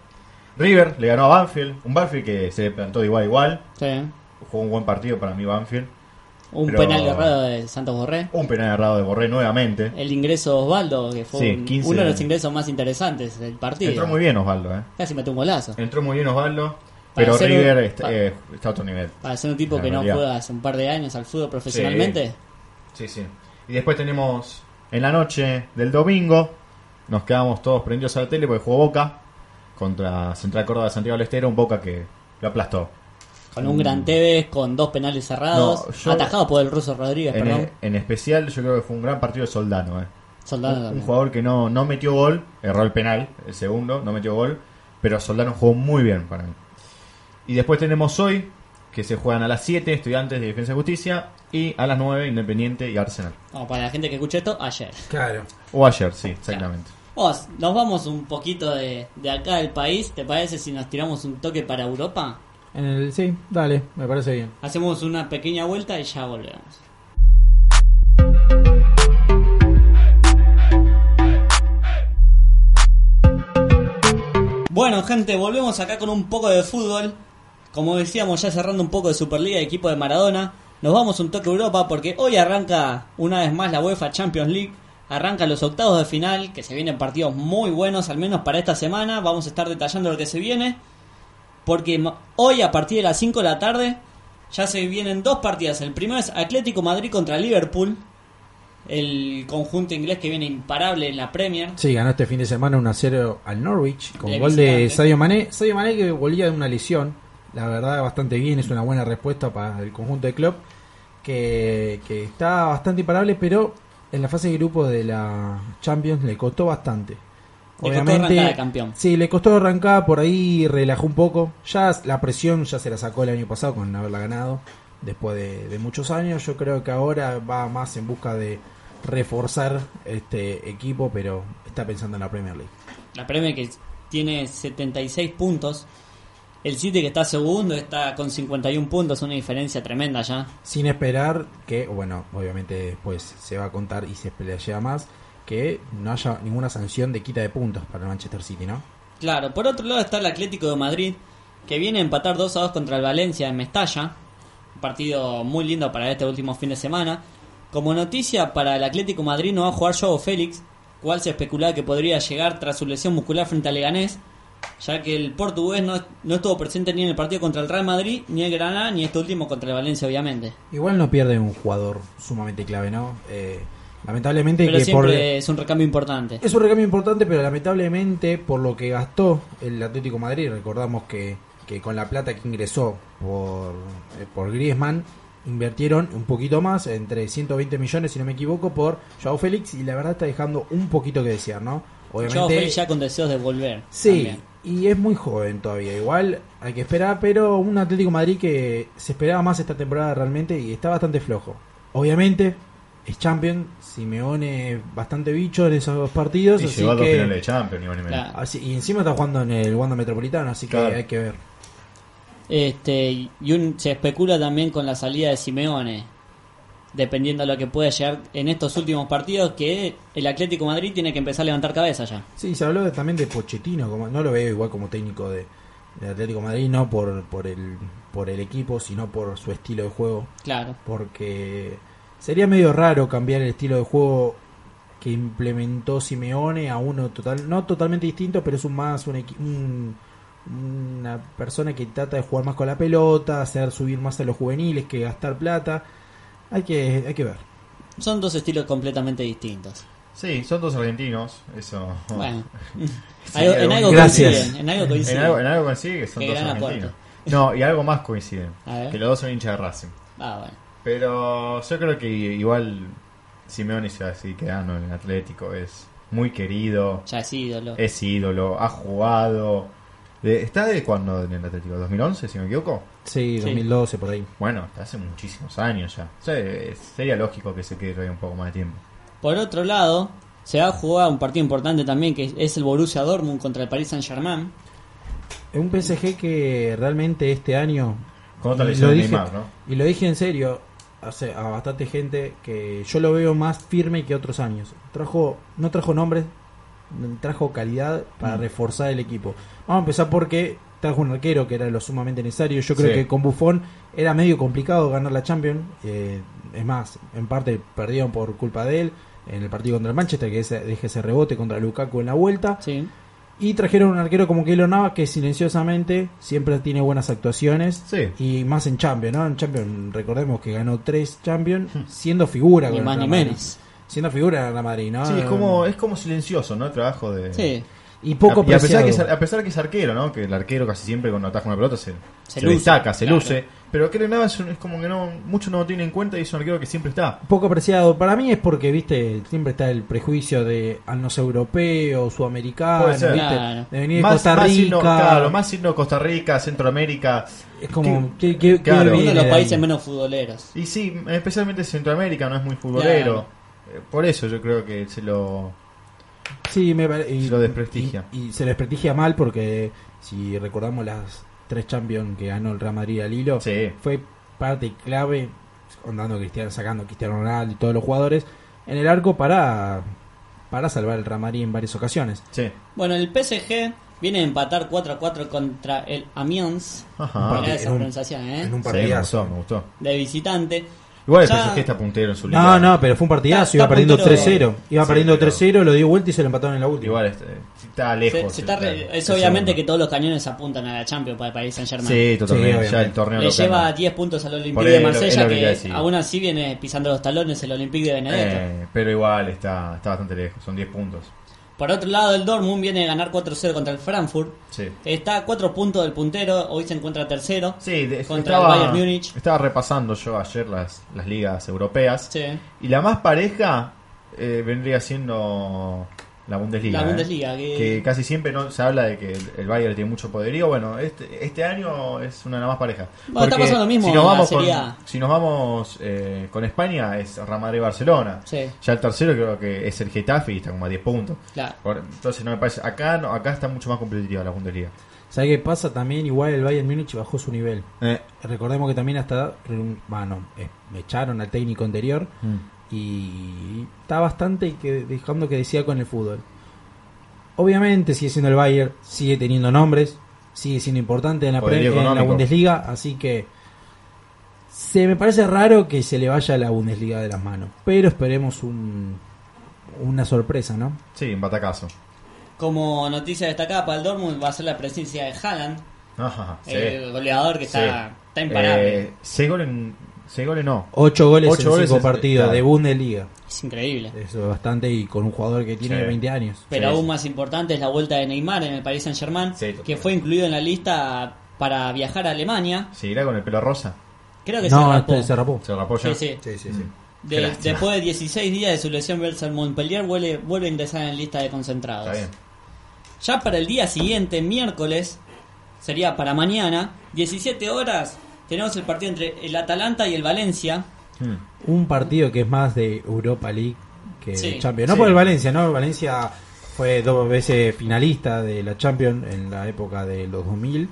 [SPEAKER 2] River le ganó a Banfield, un Banfield que se le plantó de igual a igual.
[SPEAKER 1] Sí.
[SPEAKER 2] Jugó un buen partido para mí Banfield.
[SPEAKER 1] Un
[SPEAKER 2] Pero-
[SPEAKER 1] penal errado de Santos Borré.
[SPEAKER 2] Un penal errado de Borré nuevamente.
[SPEAKER 1] El ingreso de Osvaldo, que fue
[SPEAKER 2] Sí,
[SPEAKER 1] un-
[SPEAKER 2] 15
[SPEAKER 1] uno de
[SPEAKER 2] de-
[SPEAKER 1] los ingresos más interesantes del partido.
[SPEAKER 2] Entró muy bien Osvaldo, eh.
[SPEAKER 1] Casi metió un golazo.
[SPEAKER 2] Entró muy bien Osvaldo,
[SPEAKER 1] Para
[SPEAKER 2] pero
[SPEAKER 1] ser un-
[SPEAKER 2] River está,
[SPEAKER 1] pa-
[SPEAKER 2] eh, está a otro nivel.
[SPEAKER 1] Para ser un tipo
[SPEAKER 2] La
[SPEAKER 1] que no
[SPEAKER 2] realidad.
[SPEAKER 1] juega hace un par de años al fútbol profesionalmente.
[SPEAKER 2] Sí, sí. Y después tenemos en la noche del domingo, nos quedamos todos prendidos a la tele porque jugó Boca contra Central Córdoba de Santiago del Estero, un Boca que lo aplastó.
[SPEAKER 1] Con un gran Tevez, con dos penales cerrados.
[SPEAKER 2] Mm. No, yo-
[SPEAKER 1] atajado por el ruso Rodríguez,
[SPEAKER 2] En, e,
[SPEAKER 1] perdón.
[SPEAKER 2] en especial yo creo que fue un gran partido de Soldano, eh.
[SPEAKER 1] Soldado
[SPEAKER 2] un, un
[SPEAKER 1] también.
[SPEAKER 2] jugador que no, no metió gol, erró el penal, el segundo, no metió gol, pero Soldano jugó muy bien para mí. Y después tenemos hoy, que se juegan a las 7, Estudiantes de Defensa y Justicia, y a las 9, Independiente y Arsenal.
[SPEAKER 1] No, para la gente que escucha esto, ayer.
[SPEAKER 3] Claro.
[SPEAKER 2] O ayer, sí, exactamente.
[SPEAKER 1] Vos, nos vamos un poquito de, de acá del país. ¿Te parece si nos tiramos un toque para Europa?
[SPEAKER 3] En el, sí, dale, me parece bien.
[SPEAKER 1] Hacemos una pequeña vuelta y ya volvemos. Bueno, gente, volvemos acá con un poco de fútbol. Como decíamos, ya cerrando un poco de Superliga, equipo de Maradona. Nos vamos un toque a Europa porque hoy arranca una vez más la UEFA Champions League. Arranca los octavos de final, que se vienen partidos muy buenos, al menos para esta semana. Vamos a estar detallando lo que se viene. Porque ma- hoy a partir de las 5 de la tarde ya se vienen dos partidas. El primero es Atlético Madrid contra Liverpool. El conjunto inglés que viene imparable en la Premier.
[SPEAKER 3] Sí, ganó este fin de semana 1-0 al Norwich con
[SPEAKER 1] De
[SPEAKER 3] gol
[SPEAKER 1] visitante.
[SPEAKER 3] de Sadio Mané. Sadio Mané que volvía de una lesión, la verdad bastante bien, es una buena respuesta para el conjunto de club que, que está bastante imparable, pero en la fase de grupo de la Champions le costó bastante.
[SPEAKER 1] Le costó arrancar de campeón.
[SPEAKER 3] Sí, le costó arrancar, por ahí relajó un poco. Ya la presión ya se la sacó el año pasado con haberla ganado. Después de, de muchos años, yo creo que ahora va más en busca de reforzar este equipo, pero está pensando en la Premier League.
[SPEAKER 1] La Premier que tiene 76 puntos. El City que está segundo está con 51 puntos, una diferencia tremenda ya.
[SPEAKER 3] Sin esperar que, bueno, obviamente después se va a contar y se espera más, que no haya ninguna sanción de quita de puntos para el Manchester City, ¿no?
[SPEAKER 1] Claro, por otro lado está el Atlético de Madrid, que viene a empatar 2 a 2 contra el Valencia en Mestalla. Un partido muy lindo para este último fin de semana. Como noticia para el Atlético de Madrid no va a jugar Joao Félix, cual se especulaba que podría llegar tras su lesión muscular frente al Leganés, ya que el portugués no, no estuvo presente ni en el partido contra el Real Madrid, ni el Granada, ni este último contra el Valencia, obviamente.
[SPEAKER 3] Igual no pierde un jugador sumamente clave, ¿no? Eh, lamentablemente
[SPEAKER 1] Pero
[SPEAKER 3] que por...
[SPEAKER 1] siempre es un recambio importante.
[SPEAKER 3] Es un recambio importante, pero lamentablemente por lo que gastó el Atlético de Madrid, recordamos que, que con la plata que ingresó por, eh, por Griezmann, invirtieron un poquito más, entre 120 millones, si no me equivoco, por Joao Félix, y la verdad está dejando un poquito que desear, ¿no?
[SPEAKER 1] Joao Félix ya con deseos de volver.
[SPEAKER 3] Sí,
[SPEAKER 1] también.
[SPEAKER 3] y es muy joven todavía. Igual hay que esperar, pero un Atlético de Madrid que se esperaba más esta temporada realmente y está bastante flojo. Obviamente es champion, Simeone es bastante bicho en esos partidos,
[SPEAKER 2] Y
[SPEAKER 3] así
[SPEAKER 2] llegó a dos finales
[SPEAKER 3] que
[SPEAKER 2] de Champions, ni más ni menos.
[SPEAKER 1] Claro.
[SPEAKER 3] así- y encima está jugando en el Wanda Metropolitano, así que
[SPEAKER 2] Claro.
[SPEAKER 3] hay que ver.
[SPEAKER 1] Este, y un- se especula también con la salida de Simeone, dependiendo de lo que pueda llegar en estos últimos partidos, que el Atlético de Madrid tiene que empezar a levantar cabeza ya.
[SPEAKER 3] Sí, se habló de- también de Pochettino, como no lo veo igual como técnico de, de Atlético de Madrid, no por por el por el equipo, sino por su estilo de juego.
[SPEAKER 1] Claro.
[SPEAKER 3] porque sería medio raro cambiar el estilo de juego que implementó Simeone a uno total no totalmente distinto pero es un más un, equi- un- una persona que trata de jugar más con la pelota hacer subir más a los juveniles que gastar plata hay que hay que ver
[SPEAKER 1] Son dos estilos completamente distintos.
[SPEAKER 2] Sí, son dos argentinos, eso.
[SPEAKER 1] Bueno,
[SPEAKER 2] Oh. Sí,
[SPEAKER 1] algo- en,
[SPEAKER 2] algo-
[SPEAKER 1] algo
[SPEAKER 3] Gracias.
[SPEAKER 1] coinciden, en algo
[SPEAKER 2] En
[SPEAKER 1] coinciden.
[SPEAKER 2] algo, en algo coincide que son
[SPEAKER 1] Qué
[SPEAKER 2] dos
[SPEAKER 1] gran aporte.
[SPEAKER 2] argentinos. No, y algo más coinciden,
[SPEAKER 1] A ver.
[SPEAKER 2] que los dos son hinchas de Racing.
[SPEAKER 1] Ah, bueno.
[SPEAKER 2] Pero yo creo que igual Simeone se va a decir quedando en el Atlético, es muy querido,
[SPEAKER 1] Ya es ídolo.
[SPEAKER 2] es ídolo, ha jugado. De- ¿Está de cuándo en el Atlético? ¿2011, si no me equivoco?
[SPEAKER 3] sí,
[SPEAKER 1] Sí.
[SPEAKER 3] 2012 por ahí
[SPEAKER 2] Bueno, está hace muchísimos años ya. O sea, eh, sería lógico que se quede todavía un poco más de tiempo.
[SPEAKER 1] Por otro lado, se va a jugar un partido importante también, que es el Borussia Dortmund contra el Paris Saint-Germain.
[SPEAKER 3] es un PSG que realmente este año
[SPEAKER 2] Con otra
[SPEAKER 3] y
[SPEAKER 2] lesión
[SPEAKER 3] lo
[SPEAKER 2] de
[SPEAKER 3] dije-
[SPEAKER 2] Neymar, ¿no?
[SPEAKER 3] Y lo dije en serio o sea, a bastante gente que yo lo veo más firme que otros años. Trajo, no trajo nombres, trajo calidad para reforzar el equipo. Vamos a empezar porque trajo un arquero que era lo sumamente necesario. Yo creo
[SPEAKER 2] Sí.
[SPEAKER 3] que con Buffon era medio complicado ganar la Champions. Eh, es más, en parte perdieron por culpa de él en el partido contra el Manchester, que ese, deje ese rebote contra Lukaku en la vuelta.
[SPEAKER 1] Sí.
[SPEAKER 3] Y trajeron un arquero como Keylor Navas que silenciosamente siempre tiene buenas actuaciones.
[SPEAKER 2] Sí.
[SPEAKER 3] Y más en Champions, ¿no? En Champions, recordemos que ganó tres Champions
[SPEAKER 2] Hmm.
[SPEAKER 3] siendo figura.
[SPEAKER 1] Ni
[SPEAKER 3] con el
[SPEAKER 1] más ni
[SPEAKER 3] Real Madrid.
[SPEAKER 1] menos.
[SPEAKER 3] Siendo figura de la Madrid, ¿no? Eh,
[SPEAKER 2] Sí, es como, es como silencioso, ¿no? El trabajo de.
[SPEAKER 1] Sí.
[SPEAKER 3] Y poco
[SPEAKER 2] a, y a pesar
[SPEAKER 3] preciado.
[SPEAKER 2] que es, a pesar que es arquero, ¿no? Que el arquero casi siempre cuando ataja una pelota se, se,
[SPEAKER 1] luce,
[SPEAKER 2] destaca, se
[SPEAKER 1] claro.
[SPEAKER 2] luce. Pero creo que nada es, un- es como que no, muchos no lo tienen en cuenta y es un arquero que siempre está.
[SPEAKER 3] Poco apreciado. Para mí es porque, viste, siempre está el prejuicio de ah, a los europeos, sudamericanos,
[SPEAKER 2] Puede ser.
[SPEAKER 3] ¿viste?
[SPEAKER 1] Claro.
[SPEAKER 3] De venir de Costa Rica.
[SPEAKER 2] más signo, claro, más signo Costa Rica, Centroamérica.
[SPEAKER 3] Es como, ¿qué, qué- qué
[SPEAKER 2] claro.
[SPEAKER 3] viene
[SPEAKER 1] Uno de los
[SPEAKER 3] de
[SPEAKER 1] países
[SPEAKER 3] ahí?
[SPEAKER 1] menos futboleros.
[SPEAKER 2] Y sí, especialmente Centroamérica no es muy futbolero. Eh, Por eso yo creo que se lo.
[SPEAKER 3] Sí, me pare- y,
[SPEAKER 2] Se lo desprestigia.
[SPEAKER 3] Y, y se lo desprestigia mal porque si recordamos las tres Champions que ganó el Real Madrid al hilo,
[SPEAKER 2] Sí.
[SPEAKER 3] fue parte clave, andando Cristiano, sacando a Cristiano Ronaldo y todos los jugadores en el arco para, para salvar el Real Madrid en varias ocasiones.
[SPEAKER 2] Sí.
[SPEAKER 1] Bueno, el PSG viene a empatar 4 a 4 contra el Amiens.
[SPEAKER 2] Ajá.
[SPEAKER 1] Mirá esa
[SPEAKER 3] en un-
[SPEAKER 1] pronunciación, ¿eh?
[SPEAKER 3] en un
[SPEAKER 2] Sí, me
[SPEAKER 3] partidazo.
[SPEAKER 2] gustó, me gustó.
[SPEAKER 1] De visitante.
[SPEAKER 2] Igual el
[SPEAKER 1] Ya-
[SPEAKER 2] PSG está puntero en su liga.
[SPEAKER 3] No, no, pero fue un partidazo,
[SPEAKER 1] Está-
[SPEAKER 3] iba
[SPEAKER 1] está
[SPEAKER 3] perdiendo
[SPEAKER 1] puntero.
[SPEAKER 3] 3-0. Iba
[SPEAKER 2] Sí,
[SPEAKER 3] perdiendo
[SPEAKER 2] pero-
[SPEAKER 3] 3-0, lo dio vuelta y se lo empataron en la última.
[SPEAKER 2] Igual este, está
[SPEAKER 1] Se-
[SPEAKER 2] lejos.
[SPEAKER 1] se está re-
[SPEAKER 2] está-
[SPEAKER 1] es
[SPEAKER 2] el
[SPEAKER 1] obviamente que
[SPEAKER 2] segundo.
[SPEAKER 1] todos los cañones apuntan a la Champions para el Paris Saint Germain.
[SPEAKER 2] Sí,
[SPEAKER 3] Sí,
[SPEAKER 2] totalmente.
[SPEAKER 3] obviamente.
[SPEAKER 2] ya el torneo
[SPEAKER 1] Le
[SPEAKER 2] local,
[SPEAKER 1] lleva
[SPEAKER 2] ¿no?
[SPEAKER 1] 10 puntos al
[SPEAKER 2] Por
[SPEAKER 1] Olympique
[SPEAKER 2] ahí
[SPEAKER 1] de
[SPEAKER 2] es lo- es
[SPEAKER 1] Marsella,
[SPEAKER 2] lo que iba a
[SPEAKER 1] que
[SPEAKER 2] decir.
[SPEAKER 1] aún así viene pisando los talones el Olympique de Benedetto.
[SPEAKER 2] Eh, pero igual está, está bastante lejos, son 10 puntos.
[SPEAKER 1] Por otro lado, el Dortmund viene a ganar 4-0 contra el Frankfurt.
[SPEAKER 2] Sí.
[SPEAKER 1] Está a 4 puntos del puntero, hoy se encuentra tercero.
[SPEAKER 2] Sí, de-
[SPEAKER 1] Contra
[SPEAKER 2] estaba,
[SPEAKER 1] el Bayern Múnich.
[SPEAKER 2] estaba repasando yo ayer las, las ligas europeas.
[SPEAKER 1] Sí.
[SPEAKER 2] Y la más pareja eh, vendría siendo la Bundesliga.
[SPEAKER 1] La
[SPEAKER 2] ¿eh?
[SPEAKER 1] Bundesliga, que-
[SPEAKER 2] casi siempre no se habla de que el, el Bayern tiene mucho poderío. Bueno, este, este año es una de las más pareja.
[SPEAKER 1] Bueno, está
[SPEAKER 2] Porque
[SPEAKER 1] pasando lo mismo
[SPEAKER 2] Si nos
[SPEAKER 1] en la
[SPEAKER 2] vamos,
[SPEAKER 1] Serie
[SPEAKER 2] con,
[SPEAKER 1] A.
[SPEAKER 2] si nos vamos eh, con España, es Real Madrid-Barcelona.
[SPEAKER 1] Sí.
[SPEAKER 2] Ya el tercero creo que es el Getafe y está como a 10 puntos.
[SPEAKER 1] Claro.
[SPEAKER 2] Por- Entonces no me parece. Acá, no, acá está mucho más competitiva la Bundesliga.
[SPEAKER 3] ¿Sabes qué pasa? También igual el Bayern Múnich bajó su nivel.
[SPEAKER 2] Eh,
[SPEAKER 3] Recordemos que también hasta, bueno, eh, me echaron al técnico anterior y está bastante que, dejando que decía con el fútbol. Obviamente sigue siendo el Bayern, sigue teniendo nombres, sigue siendo importante en la, pre-
[SPEAKER 2] Poderío
[SPEAKER 3] en la
[SPEAKER 2] económico.
[SPEAKER 3] Bundesliga, así que se me parece raro que se le vaya la Bundesliga de las manos, pero esperemos un, una sorpresa, ¿no?
[SPEAKER 2] sí, un batacazo.
[SPEAKER 1] Como noticia destacada para el Dortmund va a ser la presencia de Haaland,
[SPEAKER 2] Ajá, sí.
[SPEAKER 1] el goleador que Eh, está,
[SPEAKER 2] Sí.
[SPEAKER 1] está imparable.
[SPEAKER 2] Eh, seis goles, en- seis goles no.
[SPEAKER 3] Ocho goles
[SPEAKER 2] Ocho
[SPEAKER 3] en
[SPEAKER 2] goles
[SPEAKER 3] cinco
[SPEAKER 2] es-
[SPEAKER 3] partidos
[SPEAKER 2] claro.
[SPEAKER 3] de Bundesliga,
[SPEAKER 1] es increíble.
[SPEAKER 3] eso es bastante y con un jugador que tiene
[SPEAKER 2] Sí.
[SPEAKER 3] 20 años.
[SPEAKER 1] Pero
[SPEAKER 2] Sí,
[SPEAKER 1] aún
[SPEAKER 2] sí.
[SPEAKER 1] más importante es la vuelta de Neymar en el Paris Saint Germain,
[SPEAKER 2] Sí, totalmente.
[SPEAKER 1] que fue incluido en la lista para viajar a Alemania.
[SPEAKER 2] Seguirá con el pelo rosa.
[SPEAKER 1] Creo que
[SPEAKER 3] no,
[SPEAKER 1] se
[SPEAKER 3] este
[SPEAKER 1] rapó.
[SPEAKER 3] se rapó.
[SPEAKER 2] Se lo
[SPEAKER 1] Sí,
[SPEAKER 2] apoya.
[SPEAKER 1] sí.
[SPEAKER 3] Sí, sí, sí.
[SPEAKER 1] De-
[SPEAKER 2] Qué lástima.
[SPEAKER 1] después de 16 días de su lesión versus el Montpellier, vuelve, vuelve a ingresar en la lista de concentrados.
[SPEAKER 2] Está bien.
[SPEAKER 1] Ya para el día siguiente, miércoles, sería para mañana, 17 horas, tenemos el partido entre el Atalanta y el Valencia.
[SPEAKER 3] Hmm.
[SPEAKER 2] Mm.
[SPEAKER 3] un partido que es más de Europa League que de
[SPEAKER 1] Sí,
[SPEAKER 3] Champions. No
[SPEAKER 2] sí.
[SPEAKER 3] por el Valencia, ¿no? Valencia fue dos veces finalista de la Champions en la época de los 2000.